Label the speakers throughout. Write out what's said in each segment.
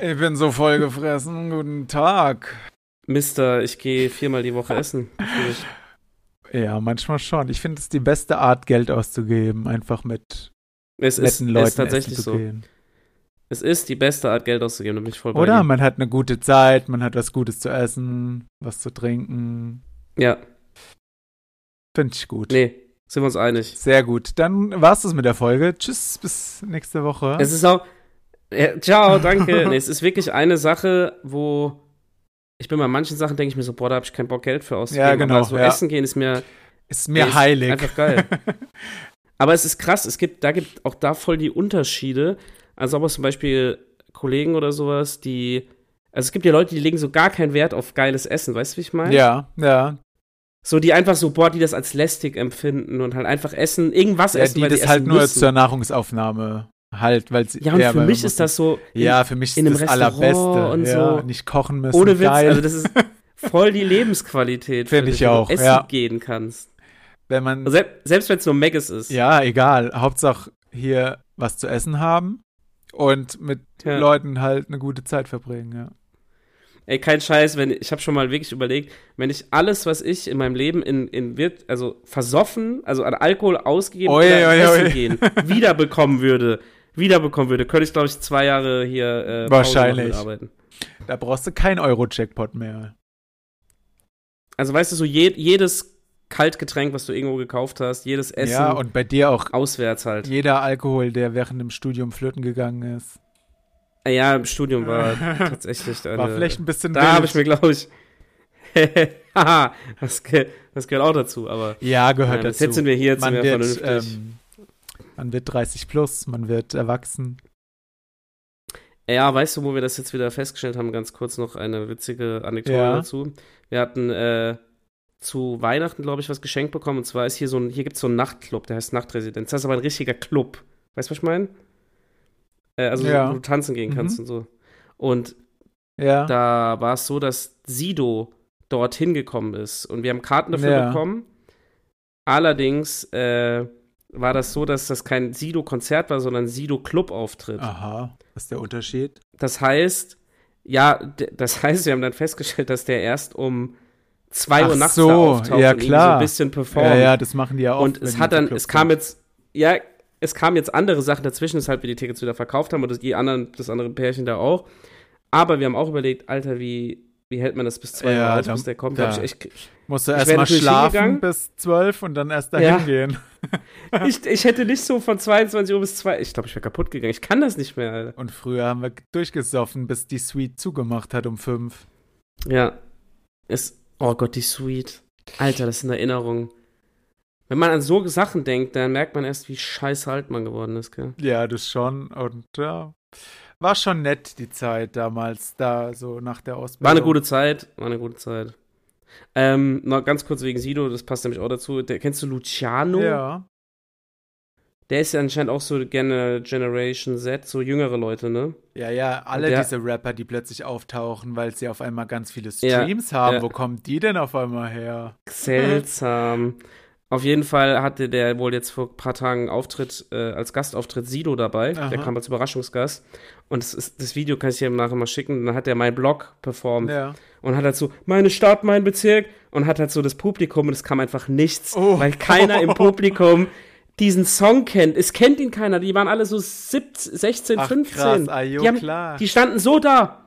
Speaker 1: Ich bin so voll gefressen. Guten Tag.
Speaker 2: Mister, ich gehe viermal die Woche essen. Natürlich.
Speaker 1: Ja, manchmal schon. Ich finde es die beste Art, Geld auszugeben. Einfach mit
Speaker 2: Es ist,
Speaker 1: netten Leuten
Speaker 2: ist tatsächlich
Speaker 1: essen zu
Speaker 2: so.
Speaker 1: gehen.
Speaker 2: Es ist die beste Art, Geld auszugeben, da bin ich voll bei
Speaker 1: Oder
Speaker 2: dir.
Speaker 1: man hat eine gute Zeit, man hat was Gutes zu essen, was zu trinken.
Speaker 2: Ja,
Speaker 1: Finde ich gut.
Speaker 2: nee, sind wir uns einig.
Speaker 1: Sehr gut. Dann war's das mit der Folge. Tschüss, bis nächste Woche.
Speaker 2: Es ist auch. Ja, ciao, danke. nee, es ist wirklich eine Sache, wo. Ich bin bei manchen Sachen, denke ich mir so, boah, da habe ich keinen Bock, Geld für auszugeben.
Speaker 1: Ja, genau,
Speaker 2: Aber so
Speaker 1: ja.
Speaker 2: essen gehen ist mir.
Speaker 1: Ist mir
Speaker 2: nee, ist
Speaker 1: heilig.
Speaker 2: einfach geil. Aber es ist krass, es gibt, da gibt auch da voll die Unterschiede. Also aber zum Beispiel Kollegen oder sowas, die. Also es gibt ja Leute, die legen so gar keinen Wert auf geiles Essen, weißt du, wie ich meine?
Speaker 1: ja, ja.
Speaker 2: So, die einfach so, boah, die das als lästig empfinden und halt einfach essen, irgendwas
Speaker 1: ja
Speaker 2: essen,
Speaker 1: die
Speaker 2: weil
Speaker 1: das
Speaker 2: die
Speaker 1: halt
Speaker 2: essen
Speaker 1: nur
Speaker 2: müssen.
Speaker 1: zur Nahrungsaufnahme halt, weil sie.
Speaker 2: Ja, und für
Speaker 1: weil
Speaker 2: mich
Speaker 1: man
Speaker 2: ist das so.
Speaker 1: Ja, für mich ist
Speaker 2: in einem
Speaker 1: das
Speaker 2: Restaurant
Speaker 1: allerbeste.
Speaker 2: und
Speaker 1: ja,
Speaker 2: so.
Speaker 1: Nicht kochen müssen.
Speaker 2: Ohne Witz,
Speaker 1: geil.
Speaker 2: also das ist voll die Lebensqualität,
Speaker 1: Find
Speaker 2: für
Speaker 1: ich
Speaker 2: dich, wenn du
Speaker 1: auch,
Speaker 2: Essen
Speaker 1: ja.
Speaker 2: gehen kannst.
Speaker 1: wenn man.
Speaker 2: Sel selbst wenn es nur Megas ist.
Speaker 1: ja, egal. Hauptsache hier was zu essen haben und mit
Speaker 2: Ja.
Speaker 1: Leuten halt eine gute Zeit verbringen, ja.
Speaker 2: Ey, kein Scheiß, wenn ich habe schon mal wirklich überlegt, wenn ich alles, was ich in meinem Leben in, in wird, also versoffen, also an Alkohol ausgegeben
Speaker 1: Oi,
Speaker 2: oder
Speaker 1: oi,
Speaker 2: essen
Speaker 1: oi.
Speaker 2: gehen, wiederbekommen würde, wiederbekommen würde, könnte ich glaube ich zwei Jahre hier äh, Pause machen
Speaker 1: Wahrscheinlich.
Speaker 2: und arbeiten.
Speaker 1: Da brauchst du keinen Euro-Jackpot mehr.
Speaker 2: Also weißt du so je, jedes Kaltgetränk, was du irgendwo gekauft hast, jedes Essen
Speaker 1: Ja, und bei dir auch
Speaker 2: auswärts halt.
Speaker 1: jeder Alkohol, der während dem Studium flöten gegangen ist.
Speaker 2: Ja, im Studium war tatsächlich eine
Speaker 1: War vielleicht ein bisschen
Speaker 2: Da habe ich
Speaker 1: wild.
Speaker 2: mir, glaube ich. Haha, das, ge das gehört auch dazu, aber.
Speaker 1: Ja,
Speaker 2: Nein,
Speaker 1: gehört
Speaker 2: bis
Speaker 1: dazu.
Speaker 2: jetzt sind wir hier, jetzt
Speaker 1: man
Speaker 2: sind wir
Speaker 1: wird,
Speaker 2: vernünftig.
Speaker 1: ähm, man wird 30 plus, man wird erwachsen.
Speaker 2: ja, weißt du, wo wir das jetzt wieder festgestellt haben? Ganz kurz noch eine witzige Anekdote
Speaker 1: Ja.
Speaker 2: dazu. Wir hatten äh, zu Weihnachten, glaube ich, was geschenkt bekommen. Und zwar ist hier so ein, hier gibt es so einen Nachtclub, der heißt Nachtresidenz. Das ist aber ein richtiger Club. Weißt du, was ich meine? Äh, also,
Speaker 1: Ja.
Speaker 2: wo du tanzen gehen kannst
Speaker 1: Mhm.
Speaker 2: und so. Und
Speaker 1: Ja.
Speaker 2: da war es so, dass Sido dorthin gekommen ist und wir haben Karten dafür
Speaker 1: Ja.
Speaker 2: bekommen. Allerdings äh, war das so, dass das kein Sido-Konzert war, sondern Sido-Club-Auftritt.
Speaker 1: Aha. Was ist der Unterschied?
Speaker 2: Das heißt, ja, d- das heißt, wir haben dann festgestellt, dass der erst um 2 Uhr
Speaker 1: Ach
Speaker 2: nachts
Speaker 1: so,
Speaker 2: da auftaucht
Speaker 1: ja,
Speaker 2: und irgendwie so
Speaker 1: klar.
Speaker 2: ein bisschen
Speaker 1: Ja,
Speaker 2: performt.
Speaker 1: ja, das machen die ja auch.
Speaker 2: und es hat dann, es kam jetzt, ja, es kamen jetzt andere Sachen dazwischen, weshalb wir die Tickets wieder verkauft haben und das, die anderen, das andere Pärchen da auch. Aber wir haben auch überlegt, Alter, wie, wie hält man das bis zwei
Speaker 1: Ja,
Speaker 2: Uhr aus,
Speaker 1: da-
Speaker 2: bis der kommt?
Speaker 1: da-
Speaker 2: Da. Hab ich, echt,
Speaker 1: Musst du
Speaker 2: ich wär
Speaker 1: erstmal
Speaker 2: natürlich
Speaker 1: schlafen
Speaker 2: hingegangen.
Speaker 1: bis 12 und dann erst dahin
Speaker 2: Ja.
Speaker 1: gehen.
Speaker 2: ich, ich hätte nicht so von 22 Uhr bis 2 ich glaube, ich wäre kaputt gegangen. Ich kann das nicht mehr, Alter.
Speaker 1: Und früher haben wir durchgesoffen, bis die Suite zugemacht hat um 5.
Speaker 2: Ja. Es, oh Gott, die Sweet. Alter, das sind Erinnerungen. Wenn man an so Sachen denkt, dann merkt man erst, wie scheiße alt man geworden ist, gell?
Speaker 1: Ja, das schon. Und ja, war schon nett die Zeit damals, da so nach der Ausbildung.
Speaker 2: War eine gute Zeit, war eine gute Zeit. Ähm, noch ganz kurz wegen Sido, das passt nämlich auch dazu. Der, kennst du Luciano?
Speaker 1: Ja.
Speaker 2: Der ist ja anscheinend auch so gerne Generation Z, so jüngere Leute, ne?
Speaker 1: Ja, ja, alle
Speaker 2: Der-
Speaker 1: diese Rapper, die plötzlich auftauchen, weil sie auf einmal ganz viele
Speaker 2: Ja,
Speaker 1: Streams haben.
Speaker 2: ja.
Speaker 1: Wo kommen die denn auf einmal her?
Speaker 2: Seltsam. Auf jeden Fall hatte der wohl jetzt vor ein paar Tagen einen Auftritt, äh, als Gastauftritt Sido dabei.
Speaker 1: Aha.
Speaker 2: Der kam als Überraschungsgast. Und das, ist, das Video kann ich dir im Nachhinein mal schicken. Dann hat er mein Blog performt
Speaker 1: Ja.
Speaker 2: und hat halt so, meine Stadt, mein Bezirk. Und hat halt so das Publikum und es kam einfach nichts,
Speaker 1: Oh.
Speaker 2: weil keiner im Publikum diesen Song kennt. Es kennt ihn keiner. Die waren alle so 17, 16,
Speaker 1: Ach,
Speaker 2: 15.
Speaker 1: krass, ah, jo,
Speaker 2: die, haben,
Speaker 1: klar.
Speaker 2: die standen so da.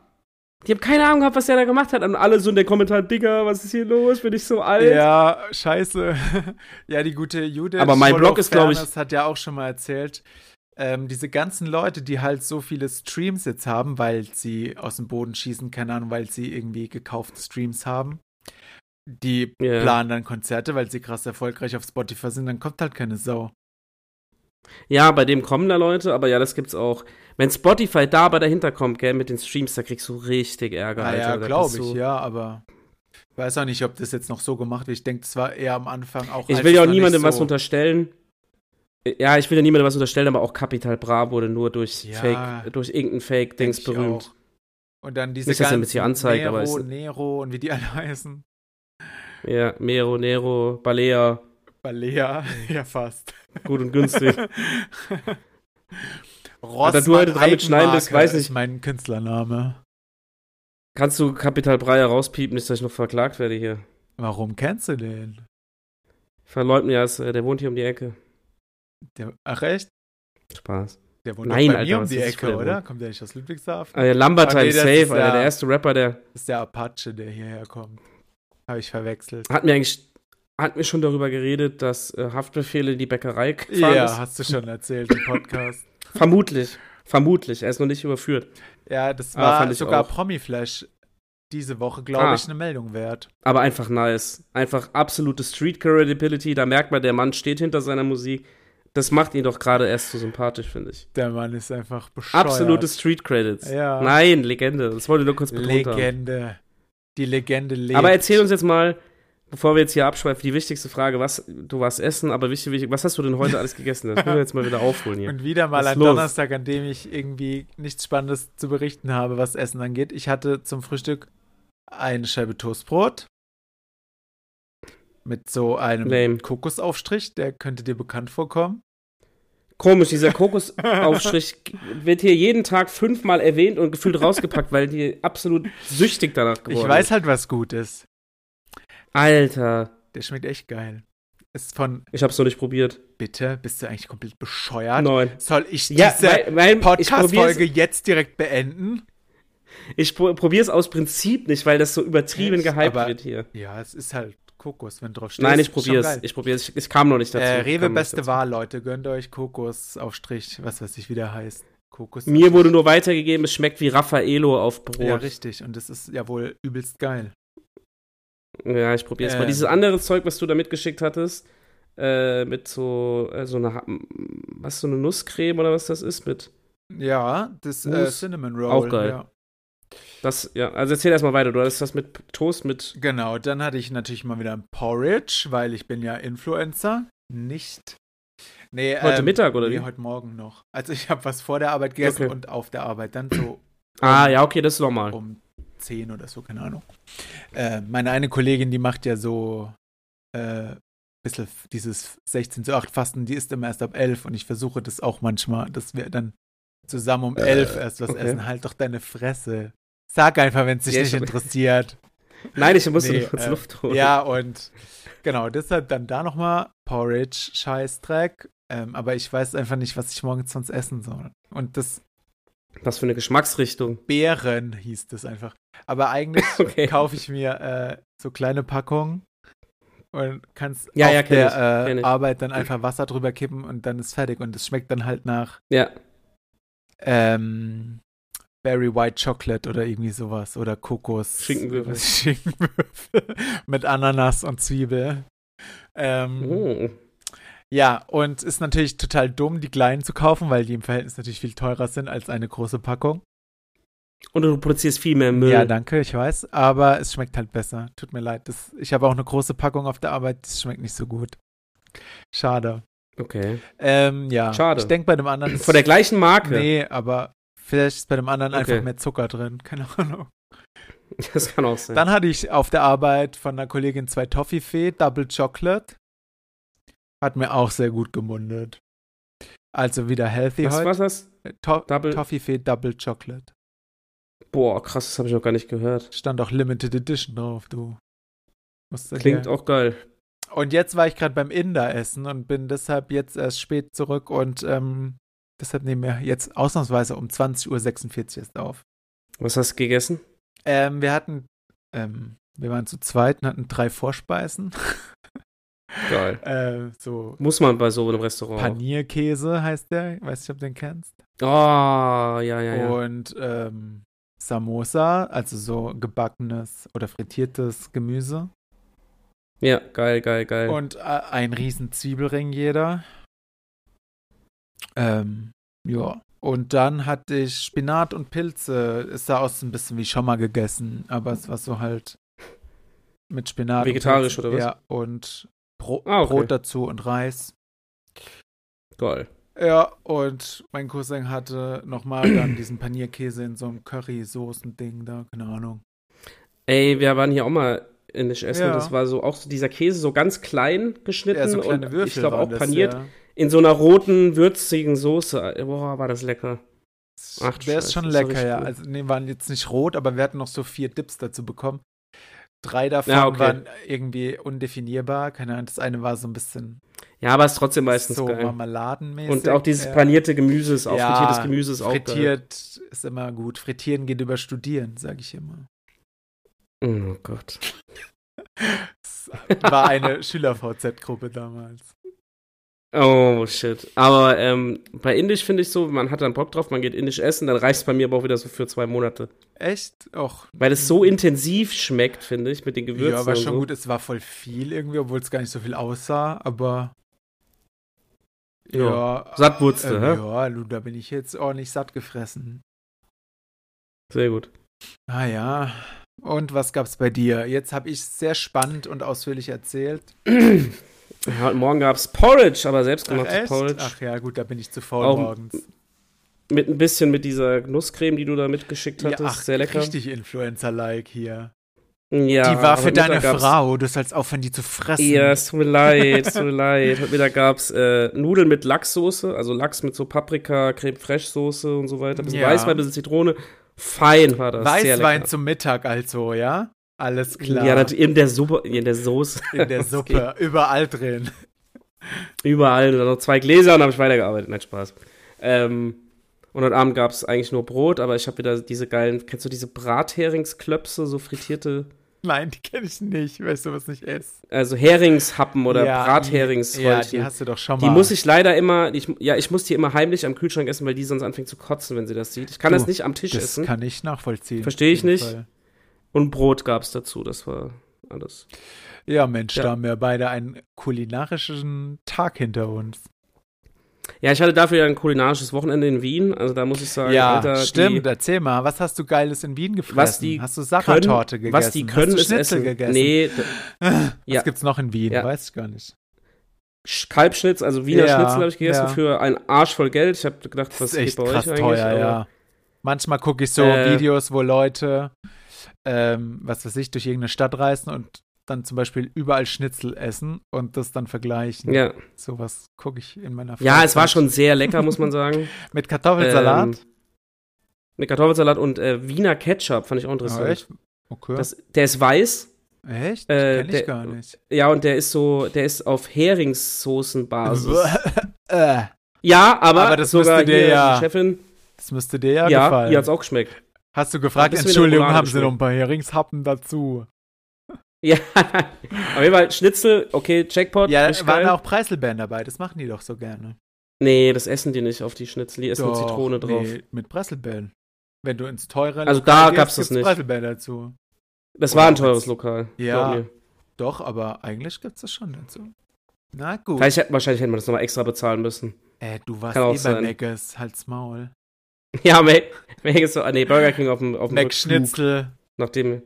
Speaker 2: Die haben keine Ahnung gehabt, was der da gemacht hat. Und alle so in den Kommentaren, Digga, was ist hier los? Bin ich so alt?
Speaker 1: Ja, scheiße. ja, die gute Judith.
Speaker 2: Aber mein
Speaker 1: Follow
Speaker 2: Blog ist, glaub ich-
Speaker 1: Fairness hat ja auch schon mal erzählt, ähm, diese ganzen Leute, die halt so viele Streams jetzt haben, weil sie aus dem Boden schießen, keine Ahnung, weil sie irgendwie gekaufte Streams haben, die
Speaker 2: Ja.
Speaker 1: planen dann Konzerte, weil sie krass erfolgreich auf Spotify sind, dann kommt halt keine Sau.
Speaker 2: Ja, bei dem kommen da Leute, aber ja, das gibt's auch. Wenn Spotify da aber dahinter kommt, gell, mit den Streams, da kriegst du richtig Ärger, Alter.
Speaker 1: Naja,
Speaker 2: Da
Speaker 1: glaube
Speaker 2: bist
Speaker 1: ich,
Speaker 2: du-
Speaker 1: ja, aber ich weiß auch nicht, ob das jetzt noch so gemacht wird. Ich denke, das war eher am Anfang auch.
Speaker 2: Ich
Speaker 1: als
Speaker 2: will ja
Speaker 1: es
Speaker 2: auch
Speaker 1: noch nicht
Speaker 2: niemandem
Speaker 1: so.
Speaker 2: was unterstellen. Ja, ich will ja niemandem was unterstellen, aber auch Capital Bra wurde nur durch
Speaker 1: Ja.
Speaker 2: Fake, durch irgendein
Speaker 1: Denk
Speaker 2: Fake-Dings
Speaker 1: ich
Speaker 2: berühmt.
Speaker 1: auch. Und dann diese
Speaker 2: Nicht, dass er
Speaker 1: ganzen
Speaker 2: mit hier anzeigt,
Speaker 1: Nero,
Speaker 2: aber ist-
Speaker 1: Nero und wie die alle heißen.
Speaker 2: Ja, Mero, Nero, Balea,
Speaker 1: Balea, ja fast.
Speaker 2: gut und günstig.
Speaker 1: Rossmann
Speaker 2: Da du heute dran mit schneiden bist,
Speaker 1: Eigenmarke
Speaker 2: weiß ich-
Speaker 1: ist mein Künstlername.
Speaker 2: Kannst du Kapital Breier rauspiepen, nicht, dass ich noch verklagt werde hier?
Speaker 1: Warum kennst du den?
Speaker 2: Verleumden ja, ist, äh, der wohnt hier um die Ecke.
Speaker 1: Der, ach echt?
Speaker 2: Spaß.
Speaker 1: Der wohnt
Speaker 2: Nein,
Speaker 1: doch bei
Speaker 2: Alter,
Speaker 1: mir um
Speaker 2: was
Speaker 1: die
Speaker 2: ist das für
Speaker 1: Ecke,
Speaker 2: der
Speaker 1: oder?
Speaker 2: Wohn-
Speaker 1: Kommt der nicht aus Ludwigshafen?
Speaker 2: Äh, Lumber
Speaker 1: Ah, nee,
Speaker 2: Time
Speaker 1: das
Speaker 2: Safe,
Speaker 1: ist
Speaker 2: Alter,
Speaker 1: ja-
Speaker 2: der erste Rapper, der
Speaker 1: Das ist der Apache, der hierher kommt. Habe ich verwechselt.
Speaker 2: hat mir eigentlich, hat mir schon darüber geredet, dass äh, Haftbefehle in die Bäckerei gefahren
Speaker 1: Ja,
Speaker 2: ist.
Speaker 1: hast du schon erzählt im Podcast.
Speaker 2: Vermutlich. Vermutlich. Er ist noch nicht überführt.
Speaker 1: Ja, das
Speaker 2: Ah,
Speaker 1: war
Speaker 2: fand ich
Speaker 1: sogar
Speaker 2: auch.
Speaker 1: Promiflash diese Woche, glaube
Speaker 2: Ah.
Speaker 1: ich, eine Meldung wert.
Speaker 2: Aber einfach nice. Einfach absolute Street Credibility. Da merkt man, der Mann steht hinter seiner Musik. Das macht ihn doch gerade erst so sympathisch, finde ich.
Speaker 1: Der Mann ist einfach bescheuert.
Speaker 2: Absolute Street Credits.
Speaker 1: Ja.
Speaker 2: Nein, Legende. Das wollte ich nur kurz betont haben.
Speaker 1: Legende. Die Legende lebt.
Speaker 2: Aber erzähl uns jetzt mal, bevor wir jetzt hier abschweifen, die wichtigste Frage, was du warst essen, aber wichtig, wichtig, was hast du denn heute alles gegessen? Das müssen wir jetzt mal wieder aufholen hier.
Speaker 1: Und wieder mal
Speaker 2: Was
Speaker 1: ein
Speaker 2: los?
Speaker 1: Donnerstag, an dem ich irgendwie nichts Spannendes zu berichten habe, was Essen angeht. Ich hatte zum Frühstück eine Scheibe Toastbrot mit so einem
Speaker 2: Lame.
Speaker 1: Kokosaufstrich, der könnte dir bekannt vorkommen.
Speaker 2: Komisch, dieser Kokosaufstrich wird hier jeden Tag fünfmal erwähnt und gefühlt rausgepackt, weil die absolut süchtig danach geworden
Speaker 1: Ich weiß halt, was gut ist.
Speaker 2: ist. Alter,
Speaker 1: Der schmeckt echt geil. Ist von
Speaker 2: ich hab's noch nicht probiert.
Speaker 1: Bitte, bist du eigentlich komplett bescheuert?
Speaker 2: Nein.
Speaker 1: Soll ich
Speaker 2: Ja,
Speaker 1: diese
Speaker 2: weil, weil ich probier's,
Speaker 1: Podcast-Folge jetzt direkt beenden?
Speaker 2: ich pro- probier's aus Prinzip nicht, weil das so übertrieben
Speaker 1: Echt?
Speaker 2: gehypt
Speaker 1: Aber-
Speaker 2: wird hier.
Speaker 1: Ja, es ist halt Kokos, wenn drauf steht.
Speaker 2: Nein, ich
Speaker 1: ist schon
Speaker 2: probier's.
Speaker 1: geil.
Speaker 2: Ich probier's. Ich, ich kam noch nicht dazu.
Speaker 1: Äh,
Speaker 2: Ich
Speaker 1: Rewe
Speaker 2: kam noch nicht
Speaker 1: beste Wahl, Leute. Gönnt euch Kokos auf Strich, was weiß ich, wie der heißt. Kokos.
Speaker 2: Mir wurde nur weitergegeben, es schmeckt wie Raffaello auf Brot.
Speaker 1: ja,
Speaker 2: Ja,
Speaker 1: richtig. Und das ist ja wohl übelst geil.
Speaker 2: ich probiere es
Speaker 1: Ähm.
Speaker 2: mal. Dieses andere Zeug, was du da mitgeschickt hattest, äh, mit so, äh, so einer, Ha- was, so eine Nusscreme oder was das ist mit.
Speaker 1: Ja, das äh,
Speaker 2: Mousse,
Speaker 1: Cinnamon Roll.
Speaker 2: auch geil.
Speaker 1: Ja.
Speaker 2: Das, ja, also erzähl erstmal weiter. Du hattest das mit Toast mit.
Speaker 1: Genau, dann hatte ich natürlich mal wieder ein Porridge, weil ich bin ja Influencer. Nicht. Nee,
Speaker 2: Heute
Speaker 1: ähm,
Speaker 2: Mittag oder
Speaker 1: Nee,
Speaker 2: wie?
Speaker 1: heute Morgen noch. Also ich habe was vor der Arbeit gegessen
Speaker 2: Okay.
Speaker 1: und auf der Arbeit dann so
Speaker 2: Ah, ja, okay, das ist normal.
Speaker 1: um 10 oder so, keine Ahnung. Äh, meine eine Kollegin, die macht ja so äh, bisschen f- dieses 16 zu 8 Fasten, die isst immer erst ab 11 und ich versuche das auch manchmal, dass wir dann zusammen um 11 erst was
Speaker 2: Äh, okay.
Speaker 1: essen. Halt doch deine Fresse. Sag einfach, wenn es dich
Speaker 2: Ja, ich
Speaker 1: nicht
Speaker 2: hab-
Speaker 1: interessiert.
Speaker 2: Nein, ich musste
Speaker 1: Nee,
Speaker 2: nur kurz
Speaker 1: äh,
Speaker 2: Luft holen.
Speaker 1: Ja, und genau, deshalb dann da nochmal Porridge, Scheißdreck. Ähm, aber ich weiß einfach nicht, was ich morgens sonst essen soll. Und das
Speaker 2: Was für eine Geschmacksrichtung.
Speaker 1: Beeren hieß das einfach. Aber eigentlich
Speaker 2: Okay.
Speaker 1: kaufe ich mir äh, so kleine Packungen und kannst
Speaker 2: Ja,
Speaker 1: auf
Speaker 2: ja, kenn ich,
Speaker 1: der
Speaker 2: kenn
Speaker 1: äh,
Speaker 2: ich.
Speaker 1: Arbeit dann einfach Wasser drüber kippen und dann ist fertig. Und es schmeckt dann halt nach
Speaker 2: Ja,
Speaker 1: ähm, Berry White Chocolate oder irgendwie sowas oder Kokos.
Speaker 2: Schinkenwürfel.
Speaker 1: Schinkenwürfel mit Ananas und Zwiebel. Ähm,
Speaker 2: oh.
Speaker 1: Ja, und ist natürlich total dumm, die kleinen zu kaufen, weil die im Verhältnis natürlich viel teurer sind als eine große Packung.
Speaker 2: Und du produzierst viel mehr Müll.
Speaker 1: Ja, danke, ich weiß, aber es schmeckt halt besser. Tut mir leid, das, ich habe auch eine große Packung auf der Arbeit, das schmeckt nicht so gut. Schade.
Speaker 2: okay.
Speaker 1: Ähm, ja,
Speaker 2: Schade.
Speaker 1: ich denke bei dem anderen
Speaker 2: Von der gleichen Marke.
Speaker 1: Nee, aber vielleicht ist bei dem anderen
Speaker 2: Okay.
Speaker 1: einfach mehr Zucker drin, keine Ahnung.
Speaker 2: Das kann auch sein.
Speaker 1: Dann hatte ich auf der Arbeit von einer Kollegin zwei Toffifee, Double Chocolate. Hat mir auch sehr gut gemundet. Also wieder healthy
Speaker 2: was
Speaker 1: heute.
Speaker 2: was das?
Speaker 1: To
Speaker 2: Double.
Speaker 1: Toffifee, Double Chocolate.
Speaker 2: Boah, krass, das habe ich noch gar nicht gehört.
Speaker 1: Stand auch Limited Edition drauf, du. Musst du
Speaker 2: Klingt
Speaker 1: dir-
Speaker 2: auch geil.
Speaker 1: Und jetzt war ich gerade beim Inder essen und bin deshalb jetzt erst spät zurück und ähm, deshalb nehmen wir jetzt ausnahmsweise um 20.46 Uhr erst auf.
Speaker 2: Was hast du gegessen?
Speaker 1: Ähm, wir hatten, ähm, wir waren zu zweit und hatten drei Vorspeisen.
Speaker 2: Geil.
Speaker 1: äh, so
Speaker 2: Muss man bei so einem Restaurant.
Speaker 1: Panierkäse heißt der, weiß nicht, ob du den kennst.
Speaker 2: Ah, ja, ja, ja.
Speaker 1: Und ähm, Samosa, also so gebackenes oder frittiertes Gemüse.
Speaker 2: Ja, geil, geil, geil.
Speaker 1: Und äh, ein riesen Zwiebelring jeder. Ähm, ja. Und dann hatte ich Spinat und Pilze. Es sah aus ein bisschen wie schon mal gegessen, aber es war so halt mit Spinat. und
Speaker 2: Vegetarisch
Speaker 1: Pilzen.
Speaker 2: oder was?
Speaker 1: Ja, und Bro
Speaker 2: Ah, okay.
Speaker 1: Brot dazu und Reis.
Speaker 2: geil.
Speaker 1: Ja, und mein Cousin hatte nochmal dann diesen Panierkäse in so einem Curry-Soßen-Ding da, keine Ahnung.
Speaker 2: Ey, wir waren hier auch mal in Essen.
Speaker 1: Ja.
Speaker 2: Das war so auch so dieser Käse so ganz klein geschnitten
Speaker 1: Ja, so kleine
Speaker 2: und
Speaker 1: Würfel.
Speaker 2: ich glaube
Speaker 1: waren
Speaker 2: auch
Speaker 1: das,
Speaker 2: paniert.
Speaker 1: Ja.
Speaker 2: in so einer roten, würzigen Soße. Boah, war das lecker.
Speaker 1: Ach, der ist schon lecker, ja. Also, nee, waren jetzt nicht rot, aber wir hatten noch so vier Dips dazu bekommen. Drei davon
Speaker 2: Ja, okay.
Speaker 1: waren irgendwie undefinierbar. Keine Ahnung, das eine war so ein bisschen
Speaker 2: Ja, aber ist trotzdem meistens
Speaker 1: so
Speaker 2: geil.
Speaker 1: marmeladenmäßig.
Speaker 2: Und auch dieses
Speaker 1: Ja.
Speaker 2: panierte Gemüse ist auch,
Speaker 1: Ja,
Speaker 2: frittiertes Gemüse ist auch geil.
Speaker 1: Frittiert ist immer gut. Frittieren geht über Studieren, sage ich immer.
Speaker 2: Oh Gott.
Speaker 1: Es war eine Schüler-VZ-Gruppe damals.
Speaker 2: Oh shit. Aber ähm, bei Indisch finde ich so, man hat dann Bock drauf, man geht Indisch essen, dann reicht es bei mir aber auch wieder so für zwei Monate.
Speaker 1: Echt? Och. mm.
Speaker 2: Weil es so intensiv schmeckt, finde ich, mit den Gewürzen.
Speaker 1: Ja, war
Speaker 2: und
Speaker 1: schon
Speaker 2: so.
Speaker 1: gut. Es war voll viel irgendwie, obwohl es gar nicht so viel aussah, aber.
Speaker 2: Ja.
Speaker 1: Ja.
Speaker 2: Satt wurdst du,
Speaker 1: ähm,
Speaker 2: hä?
Speaker 1: ja, du, da bin ich jetzt ordentlich satt gefressen.
Speaker 2: Sehr gut.
Speaker 1: Ah ja. Und was gab's bei dir? Jetzt habe ich sehr spannend und ausführlich erzählt.
Speaker 2: Ja, heute Morgen gab es Porridge, aber selbstgemachtes Porridge.
Speaker 1: Ach ja, gut, da bin ich zu faul
Speaker 2: Auch-
Speaker 1: morgens.
Speaker 2: Mit ein bisschen mit dieser Nusscreme, die du da mitgeschickt
Speaker 1: Ja,
Speaker 2: hattest.
Speaker 1: ach,
Speaker 2: Sehr lecker.
Speaker 1: richtig Influencer-like hier.
Speaker 2: Ja,
Speaker 1: die war
Speaker 2: aber
Speaker 1: für
Speaker 2: Mittag
Speaker 1: deine
Speaker 2: gab's-
Speaker 1: Frau. Du sollst aufhören, die zu fressen.
Speaker 2: Ja, es tut mir leid, es tut mir leid. Heute Mittag gab es äh, Nudeln mit Lachssoße, also Lachs mit so Paprika, Creme Fraiche Soße und so weiter. Ein bisschen
Speaker 1: Ja.
Speaker 2: Weißwein, ein bisschen Zitrone. Fein war das. sehr
Speaker 1: Weißwein
Speaker 2: lecker.
Speaker 1: zum Mittag also, ja? Alles klar.
Speaker 2: Ja, das in der Suppe, in der Soße.
Speaker 1: in der
Speaker 2: Das
Speaker 1: Suppe, überall drin.
Speaker 2: geht Überall, dann noch zwei Gläser und habe ich weitergearbeitet. Nein, Spaß. Ähm, und heute Abend gab es eigentlich nur Brot, aber ich habe wieder diese geilen, kennst du diese Bratheringsklöpse, so frittierte,
Speaker 1: Nein, die kenne ich nicht, weil ich sowas nicht esse.
Speaker 2: also Heringshappen oder
Speaker 1: ja, die, Ja,
Speaker 2: Bratheringsröllchen.
Speaker 1: die hast du doch schon mal.
Speaker 2: Die muss ich leider immer, ich, ja, ich muss die immer heimlich am Kühlschrank essen, weil die sonst anfängt zu kotzen, wenn sie das sieht. Ich kann
Speaker 1: Du,
Speaker 2: das nicht am Tisch
Speaker 1: das
Speaker 2: essen.
Speaker 1: kann ich nachvollziehen.
Speaker 2: Versteh ich
Speaker 1: auf jeden
Speaker 2: nicht.
Speaker 1: Fall.
Speaker 2: Und Brot gab es dazu, das war alles.
Speaker 1: Ja, Mensch,
Speaker 2: Ja.
Speaker 1: da haben wir beide einen kulinarischen Tag hinter uns.
Speaker 2: Ja, ich hatte dafür ja ein kulinarisches Wochenende in Wien, also da muss ich sagen,
Speaker 1: ja,
Speaker 2: Alter,
Speaker 1: stimmt.
Speaker 2: Die,
Speaker 1: Erzähl mal, was hast du Geiles in Wien gefressen?
Speaker 2: Was die
Speaker 1: hast du
Speaker 2: können,
Speaker 1: Sachertorte gegessen?
Speaker 2: was die können,
Speaker 1: hast du
Speaker 2: ist
Speaker 1: Schnitzel
Speaker 2: essen.
Speaker 1: gegessen?
Speaker 2: Nee, d-
Speaker 1: Was
Speaker 2: Ja.
Speaker 1: gibt's noch in Wien?
Speaker 2: Ja.
Speaker 1: Weiß ich gar nicht.
Speaker 2: Sch- Kalbschnitz, also Wiener
Speaker 1: Ja,
Speaker 2: Schnitzel habe ich gegessen
Speaker 1: ja.
Speaker 2: für einen Arsch voll Geld. Ich habe gedacht, was
Speaker 1: Das ist echt
Speaker 2: geht bei
Speaker 1: krass
Speaker 2: euch eigentlich?
Speaker 1: teuer,
Speaker 2: aber-
Speaker 1: ja. Manchmal gucke ich so
Speaker 2: Äh,
Speaker 1: Videos, wo Leute, ähm, was weiß ich, durch irgendeine Stadt reisen und dann zum Beispiel überall Schnitzel essen und das dann vergleichen.
Speaker 2: Ja.
Speaker 1: Sowas gucke ich in meiner
Speaker 2: ja, es war
Speaker 1: Freizeit.
Speaker 2: schon sehr lecker, muss man sagen.
Speaker 1: Mit Kartoffelsalat?
Speaker 2: Ähm, mit Kartoffelsalat und äh, Wiener Ketchup fand ich auch
Speaker 1: Oh,
Speaker 2: interessant.
Speaker 1: echt? Okay.
Speaker 2: Das, der ist weiß.
Speaker 1: echt?
Speaker 2: äh,
Speaker 1: Kenn ich
Speaker 2: der-
Speaker 1: gar nicht.
Speaker 2: Ja, und der ist so, der ist auf Heringssoßenbasis.
Speaker 1: äh,
Speaker 2: ja, aber,
Speaker 1: Aber das
Speaker 2: sogar
Speaker 1: müsste dir
Speaker 2: hier
Speaker 1: ja
Speaker 2: die Chefin,
Speaker 1: das müsste dir ja,
Speaker 2: ja,
Speaker 1: gefallen.
Speaker 2: ihr hat's auch geschmeckt.
Speaker 1: Hast du gefragt,
Speaker 2: Ein bisschen
Speaker 1: Entschuldigung,
Speaker 2: Roulade
Speaker 1: haben sie noch
Speaker 2: geschmeckt.
Speaker 1: ein paar Heringshappen dazu?
Speaker 2: Ja, auf jeden Fall Schnitzel, okay, Jackpot.
Speaker 1: Ja,
Speaker 2: richtig
Speaker 1: waren
Speaker 2: geil.
Speaker 1: da auch Preiselbeeren dabei, das machen die doch so gerne.
Speaker 2: Nee, das essen die nicht auf die Schnitzel, die essen
Speaker 1: Doch,
Speaker 2: eine Zitrone drauf.
Speaker 1: Nee, mit Preiselbeeren. Wenn du ins teure
Speaker 2: Also da
Speaker 1: Lokal
Speaker 2: gab's das
Speaker 1: gibt's
Speaker 2: nicht.
Speaker 1: Preiselbeeren dazu.
Speaker 2: Das war ein
Speaker 1: Oder
Speaker 2: teures
Speaker 1: jetzt-
Speaker 2: Lokal.
Speaker 1: Ja.
Speaker 2: glaub mir.
Speaker 1: Doch, aber eigentlich gibt's das schon dazu. Na gut.
Speaker 2: Vielleicht, hätte- wahrscheinlich hätte man das nochmal extra bezahlen müssen.
Speaker 1: Äh, du warst
Speaker 2: kann auch
Speaker 1: eh bei
Speaker 2: sein.
Speaker 1: Meckes, halt's Maul.
Speaker 2: Ja, Mac, Mac ist so, ah, nee, Burger King auf dem, auf dem
Speaker 1: Mac
Speaker 2: Rückflug.
Speaker 1: Schnitzel.
Speaker 2: Nachdem,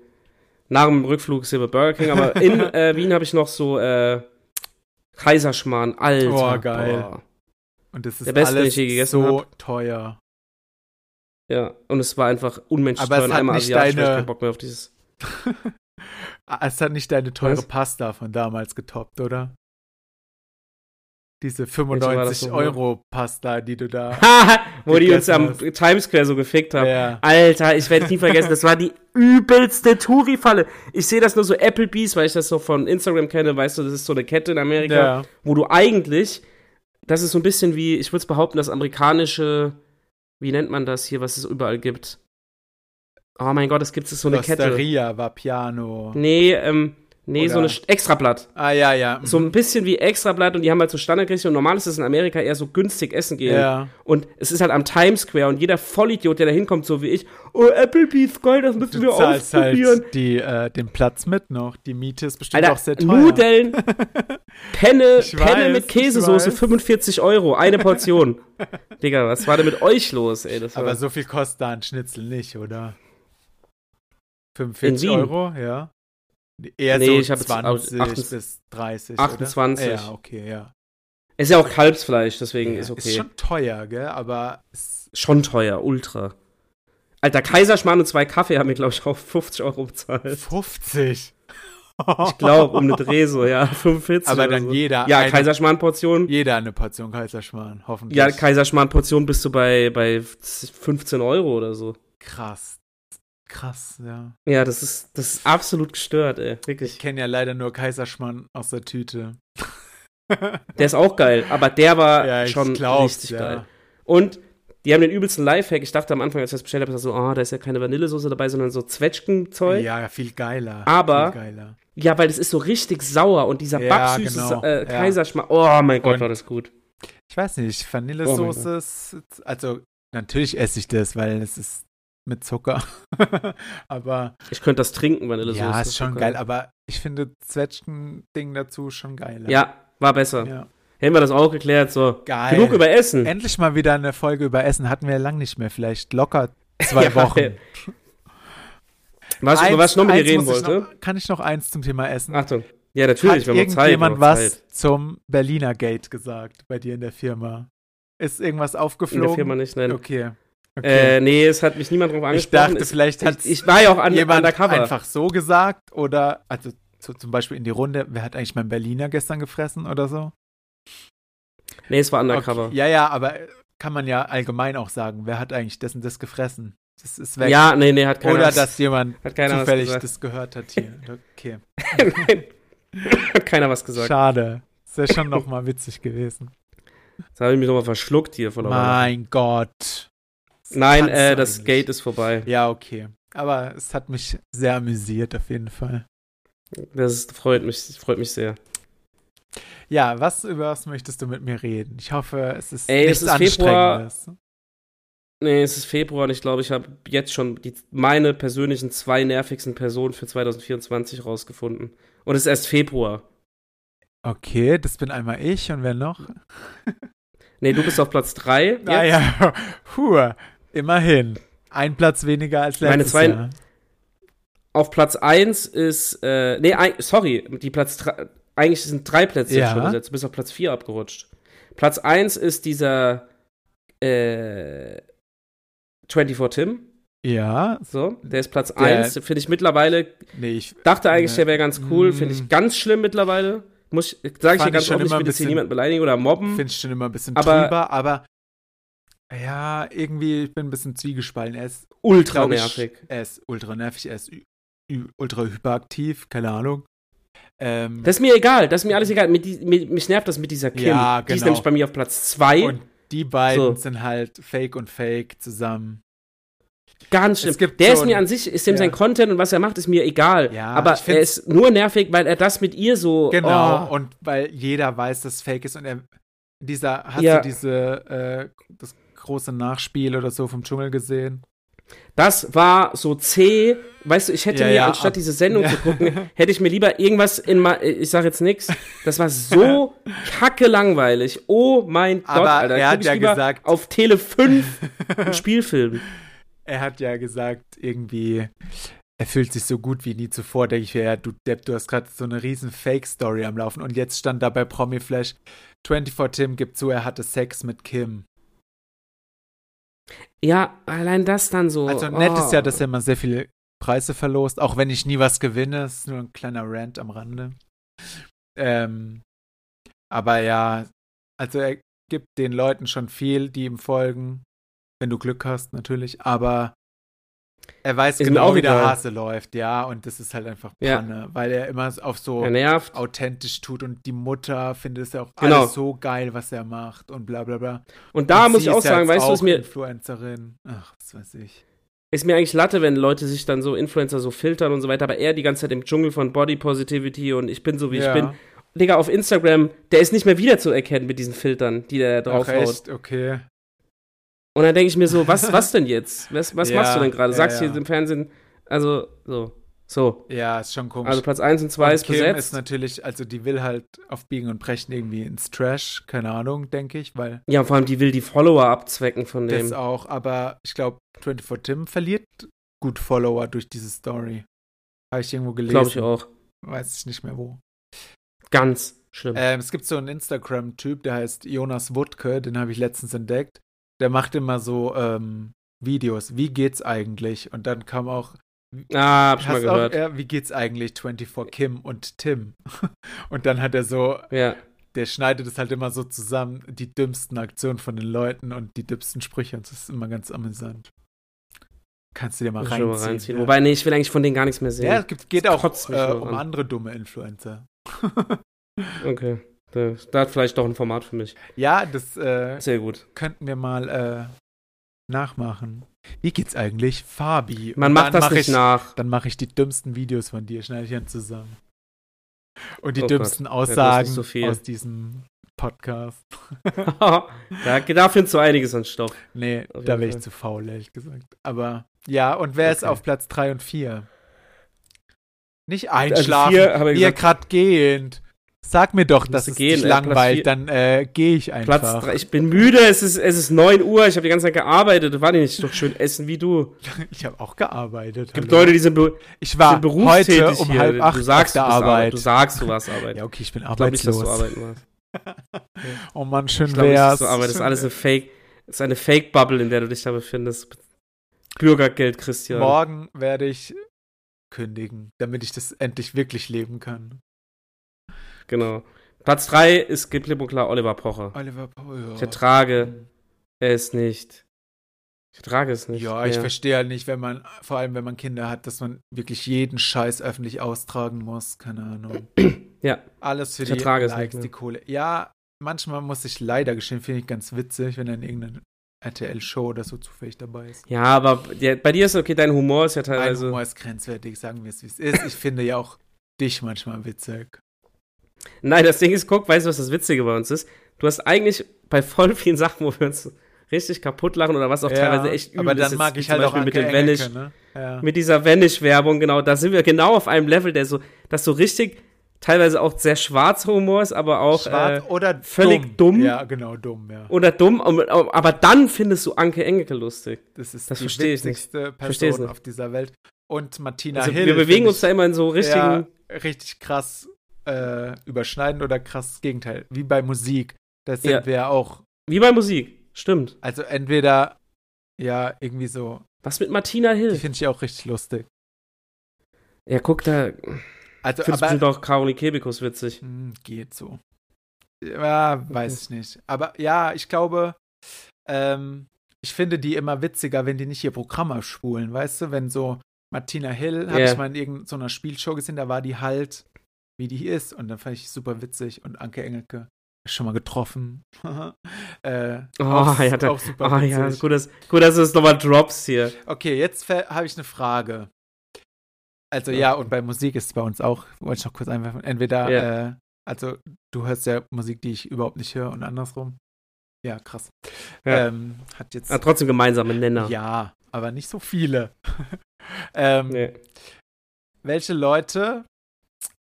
Speaker 2: nach dem Rückflug sind wir Burger King, aber in äh, Wien habe ich noch so äh, Kaiserschmarrn, Alter.
Speaker 1: Oh, geil. Und das ist
Speaker 2: Der beste, den
Speaker 1: alles
Speaker 2: ich je gegessen
Speaker 1: so teuer.
Speaker 2: Ja, und es war einfach unmenschlich
Speaker 1: Aber es hat
Speaker 2: Einmal
Speaker 1: nicht
Speaker 2: asiatisch, weil ich
Speaker 1: deine-
Speaker 2: keinen Bock mehr auf dieses.
Speaker 1: Ah, Es hat nicht deine teure
Speaker 2: Was?
Speaker 1: Pasta von damals getoppt, oder? Diese
Speaker 2: war
Speaker 1: 95
Speaker 2: das so?
Speaker 1: Euro Pasta, die du da.
Speaker 2: Haha, wo die uns
Speaker 1: Gegessen
Speaker 2: am
Speaker 1: hast.
Speaker 2: Times Square so gefickt haben.
Speaker 1: ja.
Speaker 2: Alter, ich werde nie vergessen, das war die übelste Touri-Falle. Ich sehe das nur so Applebee's, weil ich das so von Instagram kenne, weißt du, das ist so eine Kette in Amerika,
Speaker 1: ja.
Speaker 2: wo du eigentlich, das ist so ein bisschen wie, ich würde es behaupten, das amerikanische, wie nennt man das hier, was es überall gibt? Oh mein Gott, es gibt so eine Kette.
Speaker 1: Osteria war Piano.
Speaker 2: Nee, ähm, nee, so
Speaker 1: Oder-
Speaker 2: eine Sch- Extrablatt.
Speaker 1: Ah, ja, ja.
Speaker 2: So ein bisschen wie Extrablatt und die haben halt so Standardgerichte und normal ist es in Amerika eher so günstig essen gehen.
Speaker 1: ja.
Speaker 2: Und es ist halt am Times Square und jeder Vollidiot, der da hinkommt, so wie ich, oh, Applebee's, geil, das müssen
Speaker 1: Du
Speaker 2: wir
Speaker 1: zahlst
Speaker 2: ausprobieren.
Speaker 1: halt die, äh, den Platz mit noch. Die Miete ist bestimmt
Speaker 2: Alter,
Speaker 1: auch sehr teuer.
Speaker 2: Nudeln, Penne,
Speaker 1: Ich
Speaker 2: Penne
Speaker 1: weiß,
Speaker 2: mit
Speaker 1: ich
Speaker 2: Käsesoße,
Speaker 1: weiß.
Speaker 2: 45 Euro, eine Portion. Digga, was war denn mit euch los, ey? Das war,
Speaker 1: Aber so viel kostet da ein Schnitzel nicht, oder? 45
Speaker 2: In Wien?
Speaker 1: Euro, ja. Eher
Speaker 2: Nee,
Speaker 1: so
Speaker 2: ich hab jetzt
Speaker 1: 20
Speaker 2: achtundzwanzig-
Speaker 1: bis 30.
Speaker 2: 28.
Speaker 1: Oder? Ja, okay, ja.
Speaker 2: ist ja auch Kalbsfleisch, deswegen ist okay.
Speaker 1: Ist schon teuer, gell? Aber es,
Speaker 2: schon teuer, ultra. Alter, Kaiserschmarrn und zwei Kaffee haben wir, glaube ich, auch 50 Euro bezahlt.
Speaker 1: 50.
Speaker 2: Ich glaube, um eine Dreh so, ja, 45.
Speaker 1: Aber
Speaker 2: oder
Speaker 1: dann
Speaker 2: so.
Speaker 1: jeder
Speaker 2: Ja,
Speaker 1: eine-
Speaker 2: Kaiserschmarrn-Portion.
Speaker 1: Jeder eine Portion Kaiserschmarrn, hoffentlich.
Speaker 2: Ja, Kaiserschmarrn-Portion bist du bei, bei 15 Euro oder so.
Speaker 1: krass. Krass, ja.
Speaker 2: Ja, das ist, das ist absolut gestört, ey.
Speaker 1: Ich
Speaker 2: Wirklich.
Speaker 1: kenne ja leider nur Kaiserschmarrn aus der Tüte.
Speaker 2: Der ist auch geil, aber der war schon
Speaker 1: glaub's,
Speaker 2: richtig geil. Und die haben den übelsten Lifehack. Ich dachte am Anfang, als ich das bestellt habe, so, ah, da ist ja keine Vanillesoße dabei, sondern so Zwetschgenzeug. Ja.
Speaker 1: Ja, viel geiler.
Speaker 2: Aber-
Speaker 1: Viel geiler.
Speaker 2: weil das ist so richtig sauer und dieser
Speaker 1: Ja,
Speaker 2: backsüße
Speaker 1: genau.
Speaker 2: äh,
Speaker 1: Ja.
Speaker 2: Kaiserschmarrn. Oh mein Gott,
Speaker 1: Und-
Speaker 2: war das gut.
Speaker 1: Ich weiß nicht,
Speaker 2: Oh
Speaker 1: Vanillesoße, ist- also natürlich esse ich das, weil es ist mit Zucker. aber
Speaker 2: Ich könnte das trinken, Vanillesoße.
Speaker 1: ja, ist schon
Speaker 2: Okay.
Speaker 1: geil. Aber ich finde Zwetschgen-Ding dazu schon geiler.
Speaker 2: Ja, war besser.
Speaker 1: Ja.
Speaker 2: Hätten wir das auch geklärt, so.
Speaker 1: Geil.
Speaker 2: Genug über Essen.
Speaker 1: Endlich mal wieder eine Folge über Essen. Hatten wir ja lang nicht mehr. Vielleicht locker zwei
Speaker 2: Ja.
Speaker 1: Wochen.
Speaker 2: was, über was ich noch mit dir
Speaker 1: eins
Speaker 2: reden
Speaker 1: muss ich
Speaker 2: wollte?
Speaker 1: Noch, kann ich noch eins zum Thema Essen?
Speaker 2: Achtung. Ja, natürlich,
Speaker 1: Hat
Speaker 2: wir haben noch Zeit. wir haben
Speaker 1: irgendjemand
Speaker 2: noch
Speaker 1: was
Speaker 2: Zeit.
Speaker 1: zum Berliner Gate gesagt bei dir in der Firma? Ist irgendwas
Speaker 2: In der
Speaker 1: aufgeflogen?
Speaker 2: Firma nicht, nein.
Speaker 1: Okay.
Speaker 2: Äh, nee, es hat mich niemand drauf
Speaker 1: ich
Speaker 2: angesprochen.
Speaker 1: dachte, vielleicht hat
Speaker 2: es, ich, ich war ja auch an,
Speaker 1: jemand
Speaker 2: undercover.
Speaker 1: einfach so gesagt oder also zu, zum Beispiel in die Runde, wer hat eigentlich meinen Berliner gestern gefressen oder so?
Speaker 2: Nee, es war undercover.
Speaker 1: Okay. Ja, ja, aber kann man ja allgemein auch sagen, wer hat eigentlich das und das gefressen? Das ist weg.
Speaker 2: ja, nee, nee, hat keiner
Speaker 1: oder
Speaker 2: was-
Speaker 1: dass jemand
Speaker 2: hat keiner was
Speaker 1: zufällig
Speaker 2: gesagt.
Speaker 1: das gehört hat hier. Okay.
Speaker 2: Nein. hat keiner was gesagt.
Speaker 1: Schade. Ist ja schon nochmal witzig gewesen.
Speaker 2: Jetzt habe ich mich nochmal verschluckt hier von der Weile.
Speaker 1: Mein Gott.
Speaker 2: Nein,
Speaker 1: Kannst
Speaker 2: äh,
Speaker 1: du
Speaker 2: das
Speaker 1: eigentlich.
Speaker 2: Gate ist vorbei.
Speaker 1: Ja, okay. Aber es hat mich sehr amüsiert, auf jeden Fall.
Speaker 2: Das ist, freut mich, freut mich sehr.
Speaker 1: Ja, was über was möchtest du mit mir reden? Ich hoffe, es ist
Speaker 2: Ey, es
Speaker 1: nichts
Speaker 2: ist Februar.
Speaker 1: Anstrengendes.
Speaker 2: Nee, es ist Februar und ich glaube, ich habe jetzt schon die, meine persönlichen zwei nervigsten Personen für 2024 rausgefunden. Und es ist erst Februar.
Speaker 1: Okay, das bin einmal ich und wer noch?
Speaker 2: Nee, du bist auf Platz 3.
Speaker 1: Naja, puh, immerhin. Ein Platz weniger als
Speaker 2: Meine
Speaker 1: letztes
Speaker 2: zwei-
Speaker 1: Jahr.
Speaker 2: Auf Platz 1 ist, äh, nee, ein, sorry, die Platz drei- eigentlich sind drei Plätze
Speaker 1: Ja.
Speaker 2: schon besetzt, du bist auf Platz 4 abgerutscht. Platz 1 ist dieser äh, 24 Tim,
Speaker 1: Ja,
Speaker 2: so, der ist Platz
Speaker 1: Der-
Speaker 2: 1, finde ich mittlerweile,
Speaker 1: nee, ich
Speaker 2: dachte eigentlich,
Speaker 1: Ne.
Speaker 2: der wäre ganz cool, finde
Speaker 1: Mm.
Speaker 2: ich ganz schlimm mittlerweile. Muss ich, sag ich
Speaker 1: Fand
Speaker 2: dir
Speaker 1: ich
Speaker 2: ganz
Speaker 1: schon
Speaker 2: offen, ich
Speaker 1: immer
Speaker 2: will jetzt
Speaker 1: ein
Speaker 2: hier
Speaker 1: bisschen-
Speaker 2: niemanden beleidigen oder mobben.
Speaker 1: finde es schon immer ein bisschen
Speaker 2: Hm. Aber-
Speaker 1: drüber, aber ja, irgendwie, ich bin ein bisschen zwiegespalten. Er ist
Speaker 2: Ultra
Speaker 1: glaub ich,
Speaker 2: nervig.
Speaker 1: Er ist ultra nervig, er ist ü- ü- ultra hyperaktiv, keine Ahnung. Ähm,
Speaker 2: Das ist mir egal, das ist mir alles egal. Mir, die, mir, mich nervt das mit dieser Kim.
Speaker 1: Ja,
Speaker 2: Die ist
Speaker 1: genau.
Speaker 2: nämlich bei mir auf Platz 2.
Speaker 1: und die
Speaker 2: So.
Speaker 1: beiden sind halt Fake und Fake zusammen.
Speaker 2: Ganz schlimm.
Speaker 1: Es gibt
Speaker 2: der
Speaker 1: so
Speaker 2: ist mir
Speaker 1: ein-
Speaker 2: an sich, ist dem
Speaker 1: Ja.
Speaker 2: sein Content und was er macht, ist mir egal.
Speaker 1: Ja,
Speaker 2: aber
Speaker 1: ich
Speaker 2: er
Speaker 1: find's-
Speaker 2: ist nur nervig, weil er das mit ihr so.
Speaker 1: Genau.
Speaker 2: Oh,
Speaker 1: Und weil jeder weiß, dass Fake ist und er dieser hast
Speaker 2: Ja.
Speaker 1: du diese äh, das große Nachspiel oder so vom Dschungel gesehen?
Speaker 2: das war so zäh. Weißt du, ich hätte
Speaker 1: Ja,
Speaker 2: mir,
Speaker 1: ja,
Speaker 2: anstatt
Speaker 1: ab-
Speaker 2: diese Sendung
Speaker 1: Ja.
Speaker 2: zu gucken, hätte ich mir lieber irgendwas in ma Ich sag jetzt nix. Das war so kacke langweilig. Oh mein Gott,
Speaker 1: Aber
Speaker 2: Alter.
Speaker 1: er
Speaker 2: guck
Speaker 1: hat
Speaker 2: ich
Speaker 1: ja
Speaker 2: lieber
Speaker 1: gesagt-
Speaker 2: Auf Tele 5 einen Spielfilm.
Speaker 1: Er hat ja gesagt, irgendwie er fühlt sich so gut wie nie zuvor, denke ich mir, ja, du Depp, du hast gerade so eine riesen Fake-Story am Laufen und jetzt stand da bei Promi Flash 24 Tim gibt zu, er hatte Sex mit Kim.
Speaker 2: Ja, allein das dann so.
Speaker 1: Also nett ist ja,
Speaker 2: oh.
Speaker 1: dass er immer sehr viele Preise verlost, auch wenn ich nie was gewinne. Ist nur ein kleiner Rant am Rande. Ähm, aber ja, also er gibt den Leuten schon viel, die ihm folgen, wenn du Glück hast natürlich. Aber er weiß
Speaker 2: Ist mir
Speaker 1: genau,
Speaker 2: auch
Speaker 1: wie der
Speaker 2: egal.
Speaker 1: Hase läuft, ja. Und das ist halt einfach
Speaker 2: Ja.
Speaker 1: Panne, weil er immer auf so
Speaker 2: Er
Speaker 1: Oh.
Speaker 2: nervt.
Speaker 1: authentisch tut und die Mutter findet es ja auch
Speaker 2: Genau.
Speaker 1: alles so geil, was er macht und bla bla bla.
Speaker 2: Und da
Speaker 1: und
Speaker 2: muss
Speaker 1: sie
Speaker 2: ich auch
Speaker 1: ist ja
Speaker 2: sagen,
Speaker 1: jetzt
Speaker 2: weißt du,
Speaker 1: auch
Speaker 2: ist mir,
Speaker 1: Influencerin. Ach, was weiß ich.
Speaker 2: Ist mir eigentlich Latte, wenn Leute sich dann so Influencer so filtern und so weiter, aber er die ganze Zeit im Dschungel von Body Positivity und ich bin so wie
Speaker 1: Ja.
Speaker 2: ich bin. Digga, auf Instagram, der ist nicht mehr wiederzuerkennen mit diesen Filtern, die der
Speaker 1: Ach,
Speaker 2: draufhaut.
Speaker 1: echt? Okay.
Speaker 2: Und dann denke ich mir so, was, was denn jetzt? Was, was
Speaker 1: Ja,
Speaker 2: machst du denn gerade?
Speaker 1: ja,
Speaker 2: Sagst du
Speaker 1: ja.
Speaker 2: jetzt im Fernsehen, also, so, so.
Speaker 1: Ja, ist schon komisch.
Speaker 2: Also Platz 1 und 2
Speaker 1: Und
Speaker 2: ist
Speaker 1: Kim ist
Speaker 2: besetzt.
Speaker 1: natürlich, also die will halt auf Biegen und Brechen irgendwie ins Trash, keine Ahnung, denke ich, weil
Speaker 2: ja, und vor allem, die will die Follower abzwecken von
Speaker 1: das
Speaker 2: dem.
Speaker 1: auch, aber ich glaube, 24 Tim verliert gut Follower durch diese Story. Habe ich irgendwo gelesen.
Speaker 2: Glaube ich auch.
Speaker 1: Weiß ich nicht mehr wo.
Speaker 2: Ganz schlimm.
Speaker 1: Ähm, es gibt so einen Instagram-Typ, der heißt Jonas Wutke, den habe ich letztens entdeckt. Der macht immer so ähm, Videos, wie geht's eigentlich? Und dann kam auch
Speaker 2: Ah, hab ich mal
Speaker 1: Hast
Speaker 2: gehört.
Speaker 1: auch, ja, wie geht's eigentlich 24 Kim und Tim? Und dann hat er so,
Speaker 2: ja.
Speaker 1: der schneidet es halt immer so zusammen, die dümmsten Aktionen von den Leuten und die dümmsten Sprüche. Und das ist immer ganz amüsant. Kannst du dir mal
Speaker 2: Muss ich
Speaker 1: reinziehen.
Speaker 2: schon mal reinziehen.
Speaker 1: ja.
Speaker 2: Wobei, nee, ich will eigentlich von denen gar nichts mehr sehen.
Speaker 1: ja, es gibt, geht auch
Speaker 2: kotzt mich
Speaker 1: äh,
Speaker 2: nur
Speaker 1: um
Speaker 2: an.
Speaker 1: andere dumme Influencer.
Speaker 2: Okay. Da, da hat vielleicht doch ein Format für mich.
Speaker 1: ja, das äh,
Speaker 2: Sehr gut.
Speaker 1: könnten wir mal äh, nachmachen. Wie geht's eigentlich? Fabi.
Speaker 2: Man
Speaker 1: Und
Speaker 2: macht
Speaker 1: dann
Speaker 2: das
Speaker 1: mach
Speaker 2: nicht
Speaker 1: ich,
Speaker 2: nach.
Speaker 1: Dann mache ich die dümmsten Videos von dir, schneide ich dann zusammen. Und die
Speaker 2: Oh Gott,
Speaker 1: dümmsten
Speaker 2: nicht
Speaker 1: Aussagen
Speaker 2: so viel.
Speaker 1: aus diesem Podcast.
Speaker 2: da, da findest du einiges an Stoff.
Speaker 1: Nee,
Speaker 2: Auf
Speaker 1: da
Speaker 2: jeden
Speaker 1: wäre ich
Speaker 2: Fall.
Speaker 1: zu faul, ehrlich gesagt. Aber ja, und wer ist
Speaker 2: Okay.
Speaker 1: auf Platz 3 und 4? Nicht
Speaker 2: Also
Speaker 1: einschlafen,
Speaker 2: vier, habe ich
Speaker 1: wir
Speaker 2: gesagt,
Speaker 1: grad gehend. Sag mir doch,
Speaker 2: Musst
Speaker 1: dass
Speaker 2: du
Speaker 1: es
Speaker 2: gehen,
Speaker 1: dich
Speaker 2: äh, Platz
Speaker 1: langweilt,
Speaker 2: vier-
Speaker 1: dann äh, gehe ich einfach.
Speaker 2: Platz drei. Ich bin müde, es ist, es ist 9 Uhr, ich habe die ganze Zeit gearbeitet. War nicht doch schön essen wie du.
Speaker 1: Ich habe auch gearbeitet.
Speaker 2: Es gibt
Speaker 1: hallo.
Speaker 2: Leute, die sind, be
Speaker 1: ich
Speaker 2: sind
Speaker 1: war
Speaker 2: berufstätig
Speaker 1: heute um
Speaker 2: hier.
Speaker 1: halb acht
Speaker 2: du sagst,
Speaker 1: auf
Speaker 2: du
Speaker 1: der
Speaker 2: bist
Speaker 1: Arbeit.
Speaker 2: Du sagst, du warst Arbeit.
Speaker 1: ja, okay, ich bin
Speaker 2: ich glaube nicht, dass du
Speaker 1: arbeitslos.
Speaker 2: arbeiten warst.
Speaker 1: oh Mann, schön
Speaker 2: Ich glaube nicht, dass
Speaker 1: wär's.
Speaker 2: du arbeitest. Das ist
Speaker 1: Schön
Speaker 2: alles eine Fake, das ist eine Fake-Bubble, in der du dich da befindest. Bürgergeld, Christian.
Speaker 1: Morgen werde ich kündigen, damit ich das endlich wirklich leben kann.
Speaker 2: Genau. Platz 3 ist gibt klipp und klar Oliver Pocher.
Speaker 1: Oliver Poyer.
Speaker 2: Ich ertrage es nicht. Ich ertrage es nicht.
Speaker 1: Ja, ich
Speaker 2: mehr.
Speaker 1: verstehe halt nicht, wenn man, vor allem wenn man Kinder hat, dass man wirklich jeden Scheiß öffentlich austragen muss. Keine Ahnung.
Speaker 2: Ja.
Speaker 1: Alles für
Speaker 2: Ich
Speaker 1: die
Speaker 2: ertrage es nicht
Speaker 1: Likes,
Speaker 2: mehr.
Speaker 1: die Kohle. Ja, manchmal muss ich leider geschehen, finde ich ganz witzig, wenn dann irgendeine RTL-Show oder so zufällig dabei ist.
Speaker 2: Ja, aber der, bei dir ist okay, dein Humor ist ja
Speaker 1: Mein
Speaker 2: teilweise.
Speaker 1: Humor ist grenzwertig, sagen wir es, wie es ist. Ich finde ja auch dich manchmal witzig.
Speaker 2: Nein, das Ding ist, guck, weißt du, was das Witzige bei uns ist? Du hast eigentlich bei voll vielen Sachen, wo wir uns richtig kaputt lachen oder was auch teilweise echt übel
Speaker 1: Aber
Speaker 2: ist.
Speaker 1: dann
Speaker 2: jetzt
Speaker 1: mag
Speaker 2: wie
Speaker 1: ich
Speaker 2: zum
Speaker 1: halt auch
Speaker 2: Beispiel mit
Speaker 1: Anke
Speaker 2: dem Vanish,
Speaker 1: Engelke, ne? Ja.
Speaker 2: mit dieser Vanish-Werbung, genau, da sind wir genau auf einem Level, der so, dass so richtig teilweise auch sehr schwarzer Humor ist, aber auch
Speaker 1: Schwarz
Speaker 2: äh,
Speaker 1: oder
Speaker 2: völlig dumm.
Speaker 1: Ja, genau, dumm, ja.
Speaker 2: oder dumm, um- aber dann findest du Anke Engelke lustig.
Speaker 1: Das ist
Speaker 2: Das
Speaker 1: die
Speaker 2: verstehe ich nicht.
Speaker 1: witzigste
Speaker 2: Verstehe es
Speaker 1: Person
Speaker 2: nicht.
Speaker 1: auf dieser Welt. Und Martina
Speaker 2: Also,
Speaker 1: Hill.
Speaker 2: wir bewegen
Speaker 1: finde
Speaker 2: uns da immer in so richtigen.
Speaker 1: ja, richtig krass äh, überschneiden oder krasses Gegenteil. Wie bei Musik. Das sind
Speaker 2: Ja.
Speaker 1: wir ja auch.
Speaker 2: Wie bei Musik. Stimmt.
Speaker 1: Also entweder, ja, irgendwie so.
Speaker 2: Was mit Martina
Speaker 1: Die
Speaker 2: Hill?
Speaker 1: finde ich auch richtig lustig.
Speaker 2: Ja, guck, da
Speaker 1: Also,
Speaker 2: findest
Speaker 1: aber
Speaker 2: bestimmt auch Caroline Kebekus witzig.
Speaker 1: Hm, geht so. Ja, weiß ich nicht. Aber ja, ich glaube, ähm, ich finde die immer witziger, wenn die nicht ihr Programm abspulen, weißt du? Wenn so Martina Hill, habe
Speaker 2: Ja.
Speaker 1: ich mal in irgendeiner Spielshow gesehen, da war die halt, wie die ist. Und dann fand ich super witzig. Und Anke Engelke, schon mal getroffen. äh,
Speaker 2: Oh,
Speaker 1: auch,
Speaker 2: ja, da-
Speaker 1: auch super
Speaker 2: Ah
Speaker 1: witzig.
Speaker 2: ja, ist gut, dass, gut, dass du es nochmal droppst hier.
Speaker 1: Okay, jetzt habe ich eine Frage. Also ja.
Speaker 2: Ja.
Speaker 1: und bei Musik ist es bei uns auch, wollte ich noch kurz einwerfen, entweder, äh, also du hörst ja Musik, die ich überhaupt nicht höre und andersrum. Ja, krass.
Speaker 2: Ja.
Speaker 1: Ähm, hat jetzt,
Speaker 2: Ah, trotzdem gemeinsame Nenner.
Speaker 1: ja, aber nicht so viele. ähm,
Speaker 2: Nee.
Speaker 1: Welche Leute,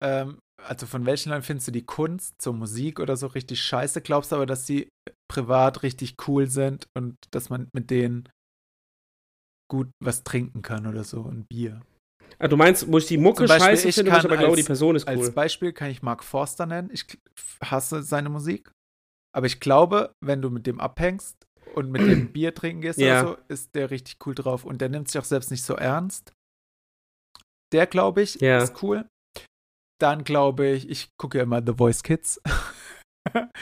Speaker 1: ähm, also von welchen Leuten findest du die Kunst zur Musik oder so richtig scheiße, glaubst du aber, dass sie privat richtig cool sind und dass man mit denen gut was trinken kann oder so, ein Bier?
Speaker 2: Ah, du meinst, wo ich die Mucke
Speaker 1: Zum Beispiel,
Speaker 2: scheiße
Speaker 1: ich
Speaker 2: finde, wo ich
Speaker 1: kann
Speaker 2: aber glaube,
Speaker 1: als-
Speaker 2: die Person ist
Speaker 1: Als
Speaker 2: cool.
Speaker 1: Beispiel kann ich Mark Forster nennen. Ich k- hasse seine Musik. Aber ich glaube, wenn du mit dem abhängst und mit dem Bier trinken gehst
Speaker 2: Ja.
Speaker 1: oder so, ist der richtig cool drauf. Und der nimmt sich auch selbst nicht so ernst. Der, glaube ich,
Speaker 2: Ja.
Speaker 1: ist cool. Dann glaube ich, ich gucke ja immer The Voice Kids.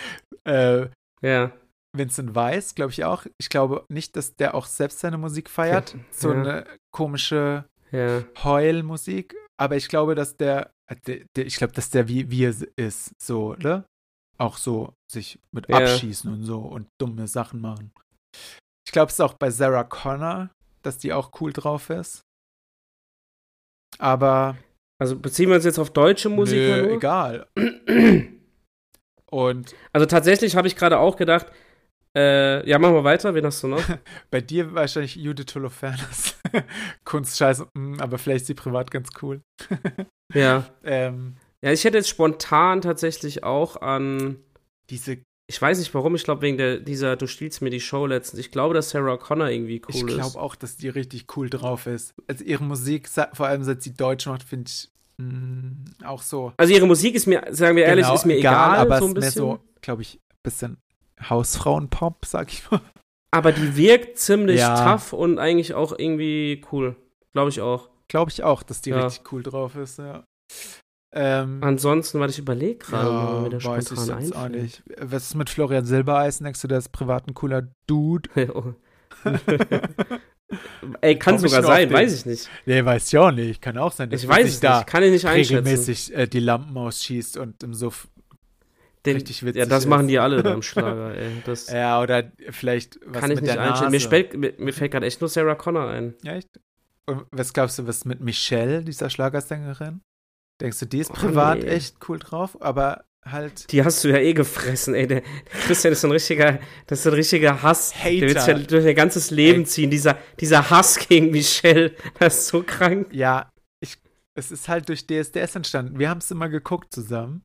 Speaker 1: äh,
Speaker 2: Ja.
Speaker 1: Vincent Weiss, glaube ich auch. Ich glaube nicht, dass der auch selbst seine Musik feiert. So ne?
Speaker 2: Ja.
Speaker 1: eine komische
Speaker 2: Ja.
Speaker 1: Heulmusik, aber ich glaube, dass der, äh, der, der ich glaube, dass der wie wir ist, so, ne? Auch so sich mit
Speaker 2: Ja.
Speaker 1: abschießen und so und dumme Sachen machen. Ich glaube es ist auch bei Sarah Connor, dass die auch cool drauf ist. Aber
Speaker 2: Also beziehen wir uns jetzt auf deutsche Musik mal
Speaker 1: nö,
Speaker 2: nur?
Speaker 1: egal. Und
Speaker 2: Also tatsächlich habe ich gerade auch gedacht, äh, ja, machen wir weiter, wen hast du noch?
Speaker 1: bei dir wahrscheinlich Judith Holofernes. Kunstscheiße, mm, aber vielleicht ist sie privat ganz cool.
Speaker 2: ja.
Speaker 1: Ähm,
Speaker 2: Ja, ich hätte jetzt spontan tatsächlich auch an.
Speaker 1: diese,
Speaker 2: Ich weiß nicht warum, ich glaube wegen der, dieser Du stiehlst mir die Show letztens. Ich glaube, dass Sarah Connor irgendwie cool
Speaker 1: Ich
Speaker 2: ist.
Speaker 1: glaube auch, dass die richtig cool drauf ist. Also ihre Musik, sa- vor allem seit sie deutsch macht, finde ich mm, auch so.
Speaker 2: Also ihre Musik ist mir, sagen wir ehrlich,
Speaker 1: Genau,
Speaker 2: ist mir egal,
Speaker 1: aber
Speaker 2: so
Speaker 1: es
Speaker 2: ein
Speaker 1: ist mehr
Speaker 2: bisschen.
Speaker 1: so, glaube ich, ein bisschen Hausfrauenpop, sag ich mal.
Speaker 2: Aber die wirkt ziemlich
Speaker 1: Ja.
Speaker 2: tough und eigentlich auch irgendwie cool. Glaube ich auch.
Speaker 1: Glaube ich auch, dass die
Speaker 2: Ja.
Speaker 1: richtig cool drauf ist, ja. Ähm,
Speaker 2: Ansonsten, weil ich überlege gerade, wo mir
Speaker 1: ja,
Speaker 2: das
Speaker 1: weiß ich
Speaker 2: spontan
Speaker 1: jetzt auch
Speaker 2: einfällt.
Speaker 1: nicht. Was ist mit Florian Silbereisen? Denkst du, der ist privat ein cooler Dude?
Speaker 2: Oh. Ey, kann
Speaker 1: Komm ich
Speaker 2: sogar
Speaker 1: nur auf
Speaker 2: sein,
Speaker 1: den-
Speaker 2: weiß ich nicht.
Speaker 1: nee, weiß ich auch nicht. Kann auch sein, dass
Speaker 2: Ich
Speaker 1: der
Speaker 2: weiß
Speaker 1: sich
Speaker 2: es
Speaker 1: da
Speaker 2: nicht, kann ich nicht einschätzen.
Speaker 1: regelmäßig äh, die Lampen ausschießt und im Suff
Speaker 2: Den,
Speaker 1: richtig witzig
Speaker 2: ja, das
Speaker 1: ist.
Speaker 2: machen die alle beim Schlager, ey. Das
Speaker 1: Ja, oder vielleicht was
Speaker 2: kann
Speaker 1: mit
Speaker 2: ich nicht
Speaker 1: der
Speaker 2: einschätzen. Mir,
Speaker 1: Nase.
Speaker 2: spät, mir, mir fällt gerade echt nur Sarah Connor ein.
Speaker 1: Echt? Und was glaubst du, was mit Michelle, dieser Schlagersängerin? Denkst du, die ist
Speaker 2: Oh,
Speaker 1: privat
Speaker 2: nee.
Speaker 1: echt cool drauf, aber halt
Speaker 2: Die hast du ja eh gefressen, ey. Der, der Christian ist so ein richtiger, das ist so ein richtiger Hass. Der wird sich ja
Speaker 1: Hater.
Speaker 2: durch dein ganzes Leben
Speaker 1: Ey.
Speaker 2: ziehen. Dieser, dieser Hass gegen Michelle, das ist so krank.
Speaker 1: Ja, ich, es ist halt durch DSDS entstanden. Wir haben es immer geguckt zusammen.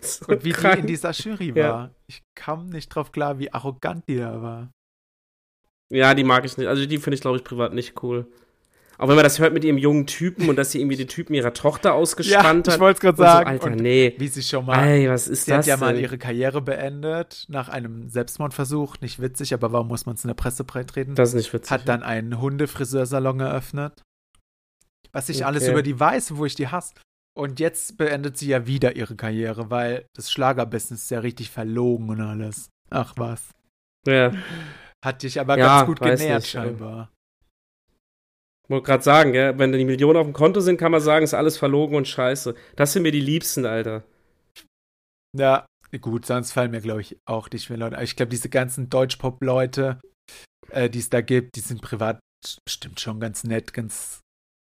Speaker 2: So
Speaker 1: Und wie
Speaker 2: krank.
Speaker 1: die in dieser Jury war.
Speaker 2: Ja.
Speaker 1: Ich kam nicht drauf klar, wie arrogant die da war.
Speaker 2: Ja, die mag ich nicht. Also die finde ich, glaube ich, privat nicht cool. Auch wenn man das hört mit ihrem jungen Typen und dass sie irgendwie den Typen ihrer Tochter ausgespannt
Speaker 1: ja, ich
Speaker 2: hat. Und
Speaker 1: wollte es gerade
Speaker 2: so,
Speaker 1: sagen.
Speaker 2: Alter,
Speaker 1: und
Speaker 2: nee.
Speaker 1: wie sie schon mal.
Speaker 2: Ey, was ist
Speaker 1: Sie
Speaker 2: das
Speaker 1: hat ja mal
Speaker 2: denn?
Speaker 1: ihre Karriere beendet nach einem Selbstmordversuch. Nicht witzig, aber warum muss man es in der Presse breit reden?
Speaker 2: das ist nicht witzig.
Speaker 1: hat dann einen Hundefriseursalon eröffnet. Was ich alles
Speaker 2: Okay.
Speaker 1: über die weiß, wo ich die hasse. Und jetzt beendet sie ja wieder ihre Karriere, weil das Schlagerbusiness ist ja richtig verlogen und alles. Ach was.
Speaker 2: ja,
Speaker 1: Hat dich aber
Speaker 2: Ja,
Speaker 1: ganz gut
Speaker 2: weiß
Speaker 1: genährt,
Speaker 2: nicht, äh.
Speaker 1: scheinbar.
Speaker 2: wollte gerade sagen, gell? wenn die Millionen auf dem Konto sind, kann man sagen, ist alles verlogen und scheiße. Das sind mir die Liebsten, Alter.
Speaker 1: Ja, gut, sonst fallen mir, glaube ich, auch nicht mehr Leute. ein. Ich glaube, diese ganzen Deutschpop-Leute, äh, die es da gibt, die sind privat stimmt schon ganz nett, ganz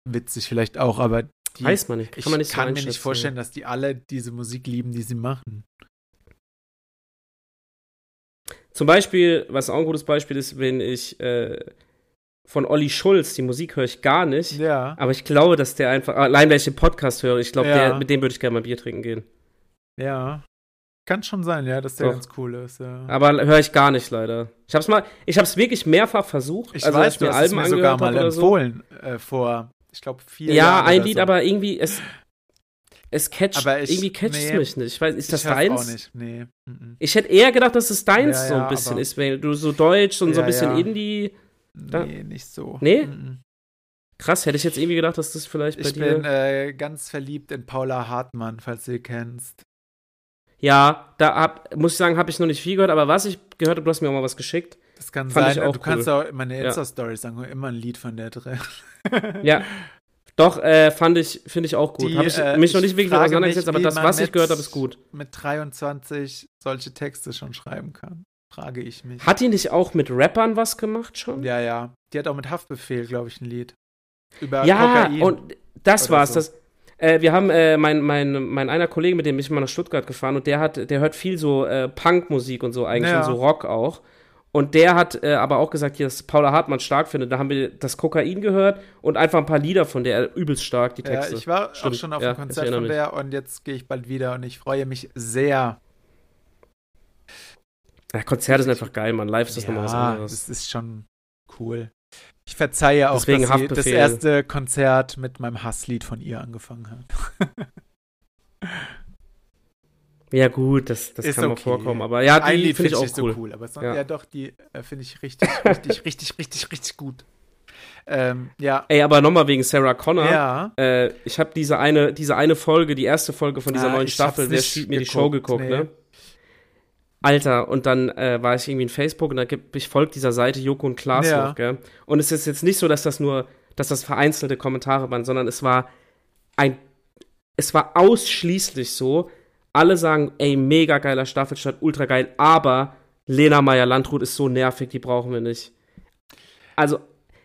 Speaker 1: witzig vielleicht auch, aber die,
Speaker 2: Weiß man nicht. Kann
Speaker 1: ich
Speaker 2: man nicht so
Speaker 1: kann mir nicht
Speaker 2: einschätzen.
Speaker 1: vorstellen, dass die alle diese Musik lieben, die sie machen.
Speaker 2: Zum Beispiel, was auch ein gutes Beispiel ist, wenn ich äh, von Olli Schulz, die Musik höre ich gar nicht.
Speaker 1: Ja,
Speaker 2: Aber ich glaube, dass der einfach, ah, allein weil ich den Podcast höre, ich glaube,
Speaker 1: Ja.
Speaker 2: der- mit dem würde ich gerne mal Bier trinken gehen.
Speaker 1: ja. Kann schon sein, ja, dass der
Speaker 2: Doch.
Speaker 1: ganz cool ist, ja.
Speaker 2: Aber höre ich gar nicht leider. Ich hab's mal, ich hab's wirklich mehrfach versucht.
Speaker 1: ich
Speaker 2: also, dass
Speaker 1: weiß, du
Speaker 2: mir
Speaker 1: hast es
Speaker 2: Alben
Speaker 1: mir sogar
Speaker 2: angehört
Speaker 1: mal
Speaker 2: habe oder so.
Speaker 1: empfohlen äh, vor, ich glaube,
Speaker 2: Ja,
Speaker 1: vier Jahren.
Speaker 2: ein
Speaker 1: oder
Speaker 2: Lied,
Speaker 1: so.
Speaker 2: aber irgendwie, es, es catcht,
Speaker 1: Aber ich-
Speaker 2: irgendwie catcht es
Speaker 1: nee,
Speaker 2: mich nicht. Ich weiß, ist das
Speaker 1: ich hör's
Speaker 2: deins?
Speaker 1: auch nicht, nee. mhm.
Speaker 2: Ich hätte eher gedacht, dass es deins
Speaker 1: Ja,
Speaker 2: so
Speaker 1: ja,
Speaker 2: ein bisschen
Speaker 1: aber-
Speaker 2: ist, wenn du so deutsch und so ein
Speaker 1: Ja,
Speaker 2: bisschen
Speaker 1: ja.
Speaker 2: Indie. Da-
Speaker 1: Nee, nicht so.
Speaker 2: Nee?
Speaker 1: Mhm.
Speaker 2: Krass, hätte ich jetzt irgendwie gedacht, dass das vielleicht bei
Speaker 1: Ich
Speaker 2: dir.
Speaker 1: bin äh, ganz verliebt in Paula Hartmann, falls du sie kennst.
Speaker 2: ja, da hab, muss ich sagen, habe ich noch nicht viel gehört, aber was ich gehört habe, du hast mir auch mal was geschickt.
Speaker 1: Das kann
Speaker 2: Fand
Speaker 1: sein.
Speaker 2: ich auch
Speaker 1: du kannst auch meine
Speaker 2: Ja.
Speaker 1: Insta-Story sagen, wo immer ein Lied von der drin.
Speaker 2: Ja. Doch, äh, fand ich, finde ich auch gut.
Speaker 1: Die,
Speaker 2: Habe ich
Speaker 1: äh,
Speaker 2: mich noch
Speaker 1: ich
Speaker 2: nicht wirklich
Speaker 1: frage
Speaker 2: auseinandergesetzt,
Speaker 1: mich,
Speaker 2: aber
Speaker 1: wie
Speaker 2: das,
Speaker 1: man
Speaker 2: was ich
Speaker 1: mit-
Speaker 2: gehört habe, ist gut.
Speaker 1: Mit 23 solche Texte schon schreiben kann, frage ich mich.
Speaker 2: Hat die nicht auch mit Rappern was gemacht schon?
Speaker 1: Ja, ja. Die hat auch mit Haftbefehl, glaube ich, ein Lied. Über
Speaker 2: Ja,
Speaker 1: Kokain.
Speaker 2: und das
Speaker 1: Oder
Speaker 2: war's.
Speaker 1: so.
Speaker 2: Das, äh, wir haben äh, mein, mein, mein einer Kollege, mit dem bin ich mal nach Stuttgart gefahren und der hat, der hört viel so äh, Punkmusik und so eigentlich
Speaker 1: Ja.
Speaker 2: und so Rock auch. Und der hat äh, aber auch gesagt, hier, dass Paula Hartmann stark findet. Da haben wir das Kokain gehört und einfach ein paar Lieder von der äh, übelst stark, die
Speaker 1: ja,
Speaker 2: Texte.
Speaker 1: ich war
Speaker 2: Stimmt.
Speaker 1: auch schon auf
Speaker 2: Ja,
Speaker 1: dem Konzert
Speaker 2: ich erinnere
Speaker 1: von der und jetzt gehe ich bald wieder und ich freue mich sehr.
Speaker 2: ja, Konzerte sind einfach geil, Mann. Live ist das nochmal was anderes.
Speaker 1: das ist schon cool. Ich verzeihe auch,
Speaker 2: Deswegen
Speaker 1: dass sie das
Speaker 2: Haftbefehl.
Speaker 1: erste Konzert mit meinem Hasslied von ihr angefangen hat.
Speaker 2: Ja, gut, das, das
Speaker 1: Ist
Speaker 2: kann mal
Speaker 1: okay.
Speaker 2: vorkommen. Aber ja,
Speaker 1: Ein
Speaker 2: die
Speaker 1: Lied
Speaker 2: finde ich auch
Speaker 1: nicht
Speaker 2: cool.
Speaker 1: so cool, aber sonst, ja.
Speaker 2: Ja.
Speaker 1: doch, die äh, finde ich richtig, richtig, richtig, richtig, richtig gut. Ähm, ja.
Speaker 2: Ey, aber nochmal wegen Sarah Connor.
Speaker 1: Ja.
Speaker 2: Äh, ich habe diese eine, diese eine Folge, die erste Folge von dieser
Speaker 1: Ah,
Speaker 2: neuen
Speaker 1: ich hab's
Speaker 2: Staffel, wer
Speaker 1: nicht
Speaker 2: schiebt mir die
Speaker 1: geguckt,
Speaker 2: Show geguckt,
Speaker 1: nee.
Speaker 2: ne? Alter, und dann äh, war ich irgendwie in Facebook und da gibt, ich folge dieser Seite Joko und Klaas
Speaker 1: Ja.
Speaker 2: noch, gell? Und es ist jetzt nicht so, dass das nur, dass das vereinzelte Kommentare waren, sondern es war ein, es war ausschließlich so, alle sagen, ey, mega geiler Staffelstart, ultra geil, aber Lena Meyer-Landrut ist so nervig, die brauchen wir nicht. Also,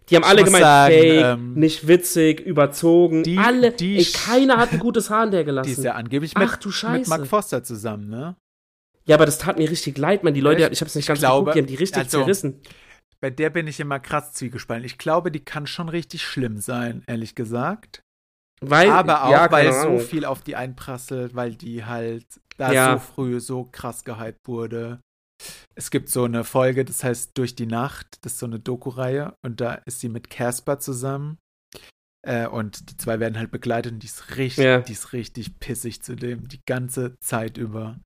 Speaker 2: die haben alle
Speaker 1: muss
Speaker 2: gemeint,
Speaker 1: sagen,
Speaker 2: fake,
Speaker 1: ähm,
Speaker 2: nicht witzig, überzogen,
Speaker 1: Die-
Speaker 2: alle,
Speaker 1: die
Speaker 2: ey,
Speaker 1: Sch-
Speaker 2: keiner hat ein gutes Haar in der
Speaker 1: Die ist
Speaker 2: gelassen.
Speaker 1: ja angeblich mit,
Speaker 2: Ach du
Speaker 1: mit Mark
Speaker 2: Scheiße.
Speaker 1: Foster zusammen, ne?
Speaker 2: Ja, aber das tat mir richtig leid, man. Die Leute,
Speaker 1: Echt?
Speaker 2: ich hab's
Speaker 1: Ich
Speaker 2: nicht ganz
Speaker 1: glaube-
Speaker 2: geguckt, die haben die richtig
Speaker 1: also-
Speaker 2: zerrissen.
Speaker 1: Bei der bin ich immer krass zwiegespalten. Ich glaube, die kann schon richtig schlimm sein, ehrlich gesagt.
Speaker 2: Weil,
Speaker 1: Aber auch,
Speaker 2: ja,
Speaker 1: weil
Speaker 2: keine
Speaker 1: so
Speaker 2: Ahnung.
Speaker 1: viel auf die einprasselt, weil die halt da
Speaker 2: Ja.
Speaker 1: so früh so krass gehypt wurde. Es gibt so eine Folge, das heißt Durch die Nacht, das ist so eine Doku-Reihe und da ist sie mit Casper zusammen. Äh, und die zwei werden halt begleitet und die ist richtig,
Speaker 2: Ja.
Speaker 1: die ist richtig pissig zu dem, die ganze Zeit über.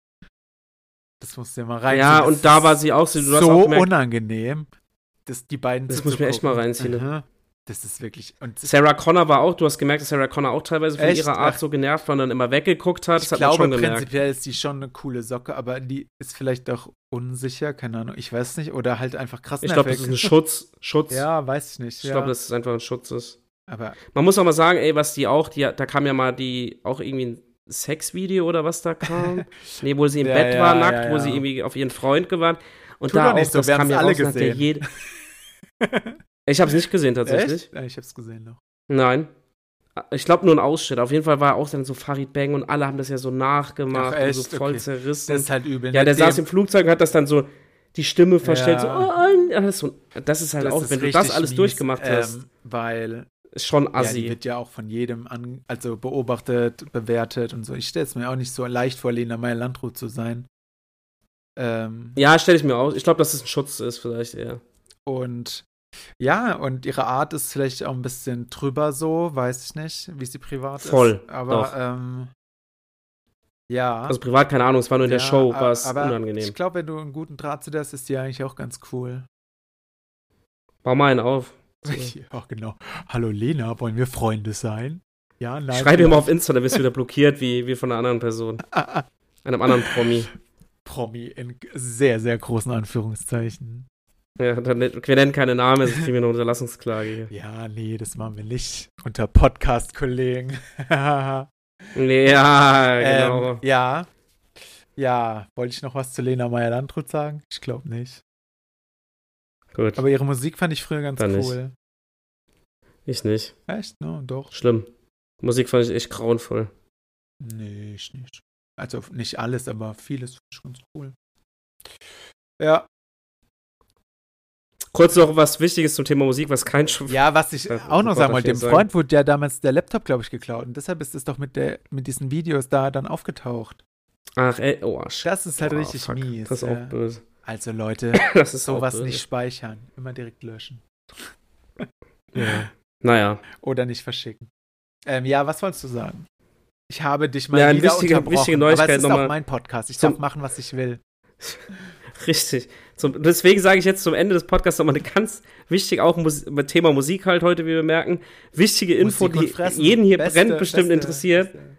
Speaker 1: Das musst du dir mal rein.
Speaker 2: Ja, und da war sie auch so, du hast
Speaker 1: so
Speaker 2: auch gemerkt,
Speaker 1: unangenehm, dass die beiden
Speaker 2: Das muss ich mir echt mal
Speaker 1: zuzugucken.
Speaker 2: reinziehen. ne?
Speaker 1: Aha. Das ist wirklich. Und
Speaker 2: Sarah Connor war auch, du hast gemerkt, dass Sarah Connor auch teilweise von
Speaker 1: Echt?
Speaker 2: ihrer Art
Speaker 1: Ach.
Speaker 2: so genervt war und dann immer weggeguckt hat.
Speaker 1: ich
Speaker 2: Das hat man
Speaker 1: glaube,
Speaker 2: schon gemerkt.
Speaker 1: prinzipiell ist die schon eine coole Socke, aber die ist vielleicht doch unsicher, keine Ahnung, ich weiß nicht, oder halt einfach krass
Speaker 2: Ich glaube, das ist ein
Speaker 1: nervig.
Speaker 2: Schutz. Schutz.
Speaker 1: Ja, weiß ich nicht.
Speaker 2: Ich
Speaker 1: ja.
Speaker 2: glaube, dass es einfach ein Schutz ist.
Speaker 1: aber
Speaker 2: Man muss auch mal sagen, ey, was die auch, die, da kam ja mal die, auch irgendwie ein Sexvideo oder was da kam. nee, wo sie im
Speaker 1: Ja,
Speaker 2: Bett
Speaker 1: ja,
Speaker 2: war, nackt,
Speaker 1: ja,
Speaker 2: wo
Speaker 1: ja.
Speaker 2: sie irgendwie auf ihren Freund gewartet. Und
Speaker 1: Tu
Speaker 2: da
Speaker 1: doch nicht
Speaker 2: auch,
Speaker 1: so,
Speaker 2: das
Speaker 1: wir
Speaker 2: kam
Speaker 1: haben's
Speaker 2: ja
Speaker 1: alle
Speaker 2: raus, und hat ja
Speaker 1: gesehen.
Speaker 2: jed- Ich hab's nicht gesehen tatsächlich.
Speaker 1: Echt? Ja, ich hab's gesehen noch.
Speaker 2: Nein. Ich glaube nur ein Ausschnitt. Auf jeden Fall war auch dann so Farid Bang und alle haben das ja so nachgemacht
Speaker 1: Ach,
Speaker 2: und
Speaker 1: echt?
Speaker 2: so voll
Speaker 1: Okay.
Speaker 2: zerrissen.
Speaker 1: Das ist halt übel.
Speaker 2: ja, der
Speaker 1: Mit
Speaker 2: saß
Speaker 1: dem-
Speaker 2: im Flugzeug und hat das dann so die Stimme verstellt.
Speaker 1: Ja.
Speaker 2: So, oh, oh, alles so, das ist halt auch, wenn du das
Speaker 1: richtig
Speaker 2: alles
Speaker 1: mies,
Speaker 2: durchgemacht hast,
Speaker 1: Ähm, weil
Speaker 2: ist schon
Speaker 1: ja, die
Speaker 2: assi.
Speaker 1: wird ja auch von jedem an, also beobachtet, bewertet und so. Ich stelle es mir auch nicht so leicht vor, Lena Meyer-Landrut zu sein. Ähm,
Speaker 2: Ja, stelle ich mir auch. Ich glaube, dass es ein Schutz ist, vielleicht eher.
Speaker 1: Und ja, und ihre Art ist vielleicht auch ein bisschen drüber so, weiß ich nicht, wie sie privat
Speaker 2: Voll,
Speaker 1: ist. Aber
Speaker 2: doch.
Speaker 1: ähm, ja.
Speaker 2: Also privat, keine Ahnung, es war nur in der
Speaker 1: Ah. ja,
Speaker 2: Show,
Speaker 1: a-
Speaker 2: war es
Speaker 1: aber
Speaker 2: unangenehm.
Speaker 1: Ich glaube, wenn du einen guten Draht zu dir hast, ist die eigentlich auch ganz cool.
Speaker 2: Bau mal einen auf.
Speaker 1: Ja, genau. Hallo Lena, wollen wir Freunde sein? Ja, nein.
Speaker 2: Schreib ihm mal auf Insta, dann wirst du wieder blockiert, wie, wie von einer anderen Person.
Speaker 1: Ah, ah,
Speaker 2: Einem anderen Promi.
Speaker 1: Promi in sehr, sehr großen Anführungszeichen.
Speaker 2: Ja, dann, ne- wir nennen keine Namen, sonst kriegen wir eine Unterlassungsklage hier.
Speaker 1: Ja, nee, das machen wir nicht unter Podcast-Kollegen.
Speaker 2: Ja, genau.
Speaker 1: Ähm, ja. Ja, wollte ich noch was zu Lena Meyer-Landrut sagen? Ich glaube nicht.
Speaker 2: Gut,
Speaker 1: Aber ihre Musik fand ich früher ganz
Speaker 2: Dann nicht.
Speaker 1: cool.
Speaker 2: ich nicht.
Speaker 1: Echt? Ne, doch.
Speaker 2: Schlimm. Musik fand ich echt grauenvoll.
Speaker 1: Nee, ich nicht. Also nicht alles, aber vieles fand ich ganz cool. Ja.
Speaker 2: Kurz noch was Wichtiges zum Thema Musik, was kein Sch
Speaker 1: Ja, was ich
Speaker 2: Ja,
Speaker 1: auch noch
Speaker 2: ich wollte
Speaker 1: sagen wollte, dem
Speaker 2: viel
Speaker 1: Freund wurde ja damals der Laptop, glaube ich, geklaut. Und deshalb ist es doch mit, der, mit diesen Videos da dann aufgetaucht.
Speaker 2: Ach, ey, oh, Sch
Speaker 1: Das ist halt
Speaker 2: oh,
Speaker 1: richtig
Speaker 2: fuck.
Speaker 1: mies.
Speaker 2: Das ist
Speaker 1: ja.
Speaker 2: auch böse.
Speaker 1: also Leute,
Speaker 2: Das ist auch
Speaker 1: sowas
Speaker 2: böse.
Speaker 1: nicht speichern. Immer direkt löschen.
Speaker 2: Ja. Naja.
Speaker 1: Oder nicht verschicken. Ähm, ja, was wolltest du sagen? Ich habe dich mal
Speaker 2: Ja, eine
Speaker 1: wieder
Speaker 2: wichtige-
Speaker 1: unterbrochen.
Speaker 2: wichtige
Speaker 1: aber
Speaker 2: Neuigkeit
Speaker 1: es ist
Speaker 2: nochmal.
Speaker 1: auch mein Podcast. Ich
Speaker 2: Zum-
Speaker 1: darf machen, was ich will.
Speaker 2: Richtig. Zum, deswegen sage ich jetzt zum Ende des Podcasts nochmal eine ganz wichtige, auch Mus Thema Musik halt heute, wie wir merken, wichtige Info,
Speaker 1: Musik und
Speaker 2: die
Speaker 1: Fressen.
Speaker 2: jeden hier
Speaker 1: Beste,
Speaker 2: brennt bestimmt
Speaker 1: beste,
Speaker 2: interessiert.
Speaker 1: beste.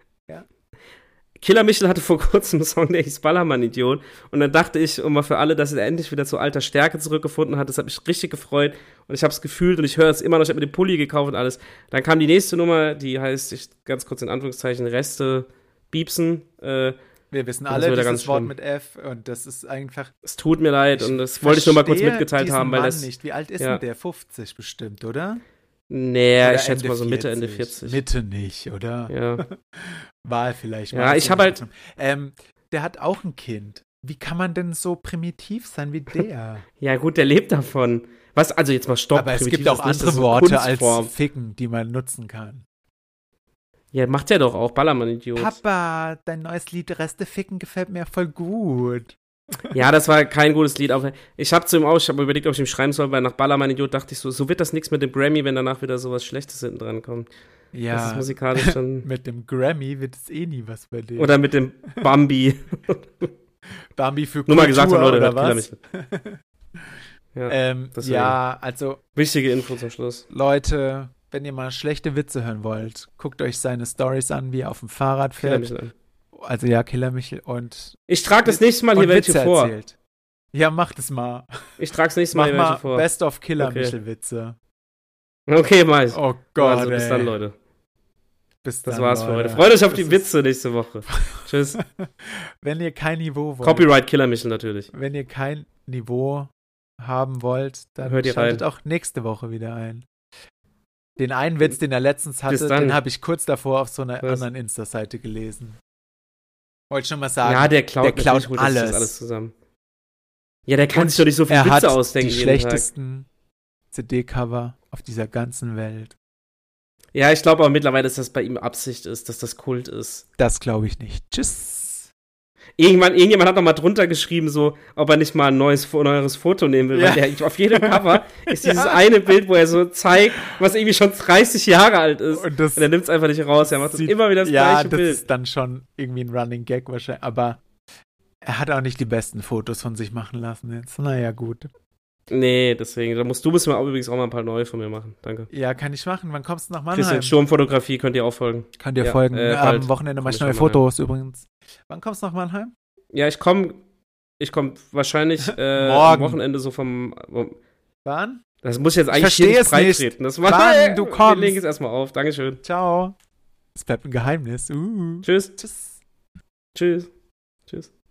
Speaker 2: Killer Michel hatte vor kurzem einen Song, der hieß Ballermann-Idiot. Und dann dachte ich immer für alle, dass er endlich wieder zu alter Stärke zurückgefunden hat. Das hat mich richtig gefreut. Und ich habe es gefühlt und ich höre es immer noch. Ich habe mir den Pulli gekauft und alles. Dann kam die nächste Nummer, die heißt, ich ganz kurz in Anführungszeichen, Reste biepsen. Äh,
Speaker 1: Wir wissen
Speaker 2: Das
Speaker 1: alle,
Speaker 2: wird ja
Speaker 1: dieses
Speaker 2: ganz
Speaker 1: Wort
Speaker 2: schlimm.
Speaker 1: mit F und das ist einfach.
Speaker 2: es tut mir leid und das wollte ich nur mal kurz
Speaker 1: verstehe
Speaker 2: mitgeteilt
Speaker 1: diesen
Speaker 2: haben, weil
Speaker 1: Mann
Speaker 2: das.
Speaker 1: nicht. Wie alt ist
Speaker 2: ja.
Speaker 1: denn der? 50 bestimmt, oder?
Speaker 2: Nee,
Speaker 1: oder
Speaker 2: ich schätze mal so Mitte, Ende 40.
Speaker 1: Mitte nicht, oder?
Speaker 2: Ja.
Speaker 1: Wahl vielleicht.
Speaker 2: Ja,
Speaker 1: mal.
Speaker 2: ich hab halt-
Speaker 1: Ähm, der hat auch ein Kind. Wie kann man denn so primitiv sein wie der?
Speaker 2: ja, gut, der lebt davon. Was, also jetzt mal stopp.
Speaker 1: Aber es
Speaker 2: primitiv
Speaker 1: gibt auch
Speaker 2: ist nicht, das
Speaker 1: andere
Speaker 2: ist eine
Speaker 1: Worte als
Speaker 2: Kunstform.
Speaker 1: Ficken, die man nutzen kann.
Speaker 2: Ja, macht er doch auch, Ballermann-Idiot.
Speaker 1: Papa, dein neues Lied Reste ficken gefällt mir voll gut.
Speaker 2: Ja, das war kein gutes Lied. aber Ich habe zu ihm auch, ich habe überlegt, ob ich ihm schreiben soll, weil nach Ballermann Idiot dachte ich so, so wird das nichts mit dem Grammy, wenn danach wieder sowas Schlechtes hinten dran kommt. Das ist
Speaker 1: Ja,
Speaker 2: musikalisch dann.
Speaker 1: mit dem Grammy wird es eh nie was bei dir.
Speaker 2: Oder mit dem Bambi.
Speaker 1: Bambi für
Speaker 2: Nur
Speaker 1: Kultur
Speaker 2: mal gesagt, so, Leute,
Speaker 1: oder
Speaker 2: hört Killer
Speaker 1: was?
Speaker 2: Michel. Ja,
Speaker 1: Ähm,
Speaker 2: deswegen.
Speaker 1: ja, also
Speaker 2: wichtige Info zum Schluss.
Speaker 1: Leute, wenn ihr mal schlechte Witze hören wollt, guckt euch seine Stories an, wie er auf dem Fahrrad
Speaker 2: Killer
Speaker 1: fährt.
Speaker 2: Michel an.
Speaker 1: Also ja, Killer Michel und,
Speaker 2: Ich trage das nächste Mal
Speaker 1: und
Speaker 2: hier welche
Speaker 1: Witze
Speaker 2: vor.
Speaker 1: erzählt. Ja, macht es mal.
Speaker 2: Ich trage das nächste Mal
Speaker 1: Mach
Speaker 2: hier
Speaker 1: mal
Speaker 2: welche vor.
Speaker 1: Best of Killer
Speaker 2: Okay.
Speaker 1: Michel Witze.
Speaker 2: Okay, mach ich.
Speaker 1: Oh Gott,
Speaker 2: also, bis
Speaker 1: ey.
Speaker 2: dann, Leute.
Speaker 1: Bis
Speaker 2: Das
Speaker 1: dann,
Speaker 2: war's für
Speaker 1: Leute.
Speaker 2: heute. Freut euch auf
Speaker 1: Das
Speaker 2: die
Speaker 1: ist-
Speaker 2: Witze nächste Woche. Tschüss.
Speaker 1: Wenn ihr kein Niveau wollt.
Speaker 2: Copyright Killer Michel natürlich.
Speaker 1: wenn ihr kein Niveau haben wollt, dann
Speaker 2: Hört ihr
Speaker 1: schaltet auch nächste Woche wieder ein. Den einen Witz, den er letztens
Speaker 2: Bis
Speaker 1: hatte,
Speaker 2: dann.
Speaker 1: den habe ich kurz davor auf so einer
Speaker 2: Was?
Speaker 1: anderen Insta-Seite gelesen. Wollte schon mal sagen,
Speaker 2: Ja, der klaut,
Speaker 1: der klaut
Speaker 2: natürlich holt das- das
Speaker 1: alles.
Speaker 2: alles zusammen. Ja, der kann
Speaker 1: Und
Speaker 2: sich doch nicht so viel
Speaker 1: er
Speaker 2: Witze
Speaker 1: hat
Speaker 2: ausdenken.
Speaker 1: die
Speaker 2: jeden
Speaker 1: schlechtesten CD-Cover auf dieser ganzen Welt.
Speaker 2: Tag. Ja, ich glaube auch mittlerweile, dass das bei ihm Absicht ist, dass das Kult ist.
Speaker 1: Das glaube ich nicht. Tschüss.
Speaker 2: Irgendwann, irgendjemand hat noch mal drunter geschrieben, so, ob er nicht mal ein neues, Fo- neueres Foto nehmen will.
Speaker 1: Ja.
Speaker 2: Weil der, auf jedem Cover ist dieses
Speaker 1: Ja.
Speaker 2: eine Bild, wo er so zeigt, was irgendwie schon 30 Jahre alt ist. Und,
Speaker 1: Und das,
Speaker 2: er nimmt es einfach nicht raus. Er macht das
Speaker 1: Oh, Sieht-
Speaker 2: immer wieder das
Speaker 1: ja,
Speaker 2: gleiche
Speaker 1: das
Speaker 2: Bild.
Speaker 1: ist dann schon irgendwie ein Running Gag wahrscheinlich, aber er hat auch nicht die besten Fotos von sich machen lassen jetzt. Naja, gut.
Speaker 2: Nee, deswegen. Da musst, du musst mir auch übrigens auch mal ein paar neue von mir machen. Danke.
Speaker 1: Ja, kann ich machen. Wann kommst du nach Mannheim?
Speaker 2: Christian Sturmfotografie könnt ihr auch folgen.
Speaker 1: Könnt ihr
Speaker 2: Ja,
Speaker 1: folgen.
Speaker 2: äh,
Speaker 1: Am
Speaker 2: bald.
Speaker 1: Wochenende mache
Speaker 2: Komm
Speaker 1: ich
Speaker 2: ich
Speaker 1: neue
Speaker 2: nach Mannheim.
Speaker 1: Fotos übrigens. Wann kommst du nach Mannheim?
Speaker 2: Ja, ich komme ich komm wahrscheinlich äh, am
Speaker 1: Morgen.
Speaker 2: Wochenende so vom.
Speaker 1: Wann?
Speaker 2: Das muss ich jetzt eigentlich
Speaker 1: verstehe
Speaker 2: hier
Speaker 1: es nicht.
Speaker 2: breitreten. Das war,
Speaker 1: Wann du kommst.
Speaker 2: Wir legen es erstmal auf. Dankeschön.
Speaker 1: Ciao. Es bleibt ein Geheimnis. Uh.
Speaker 2: Tschüss.
Speaker 1: Tschüss.
Speaker 2: Tschüss. Tschüss.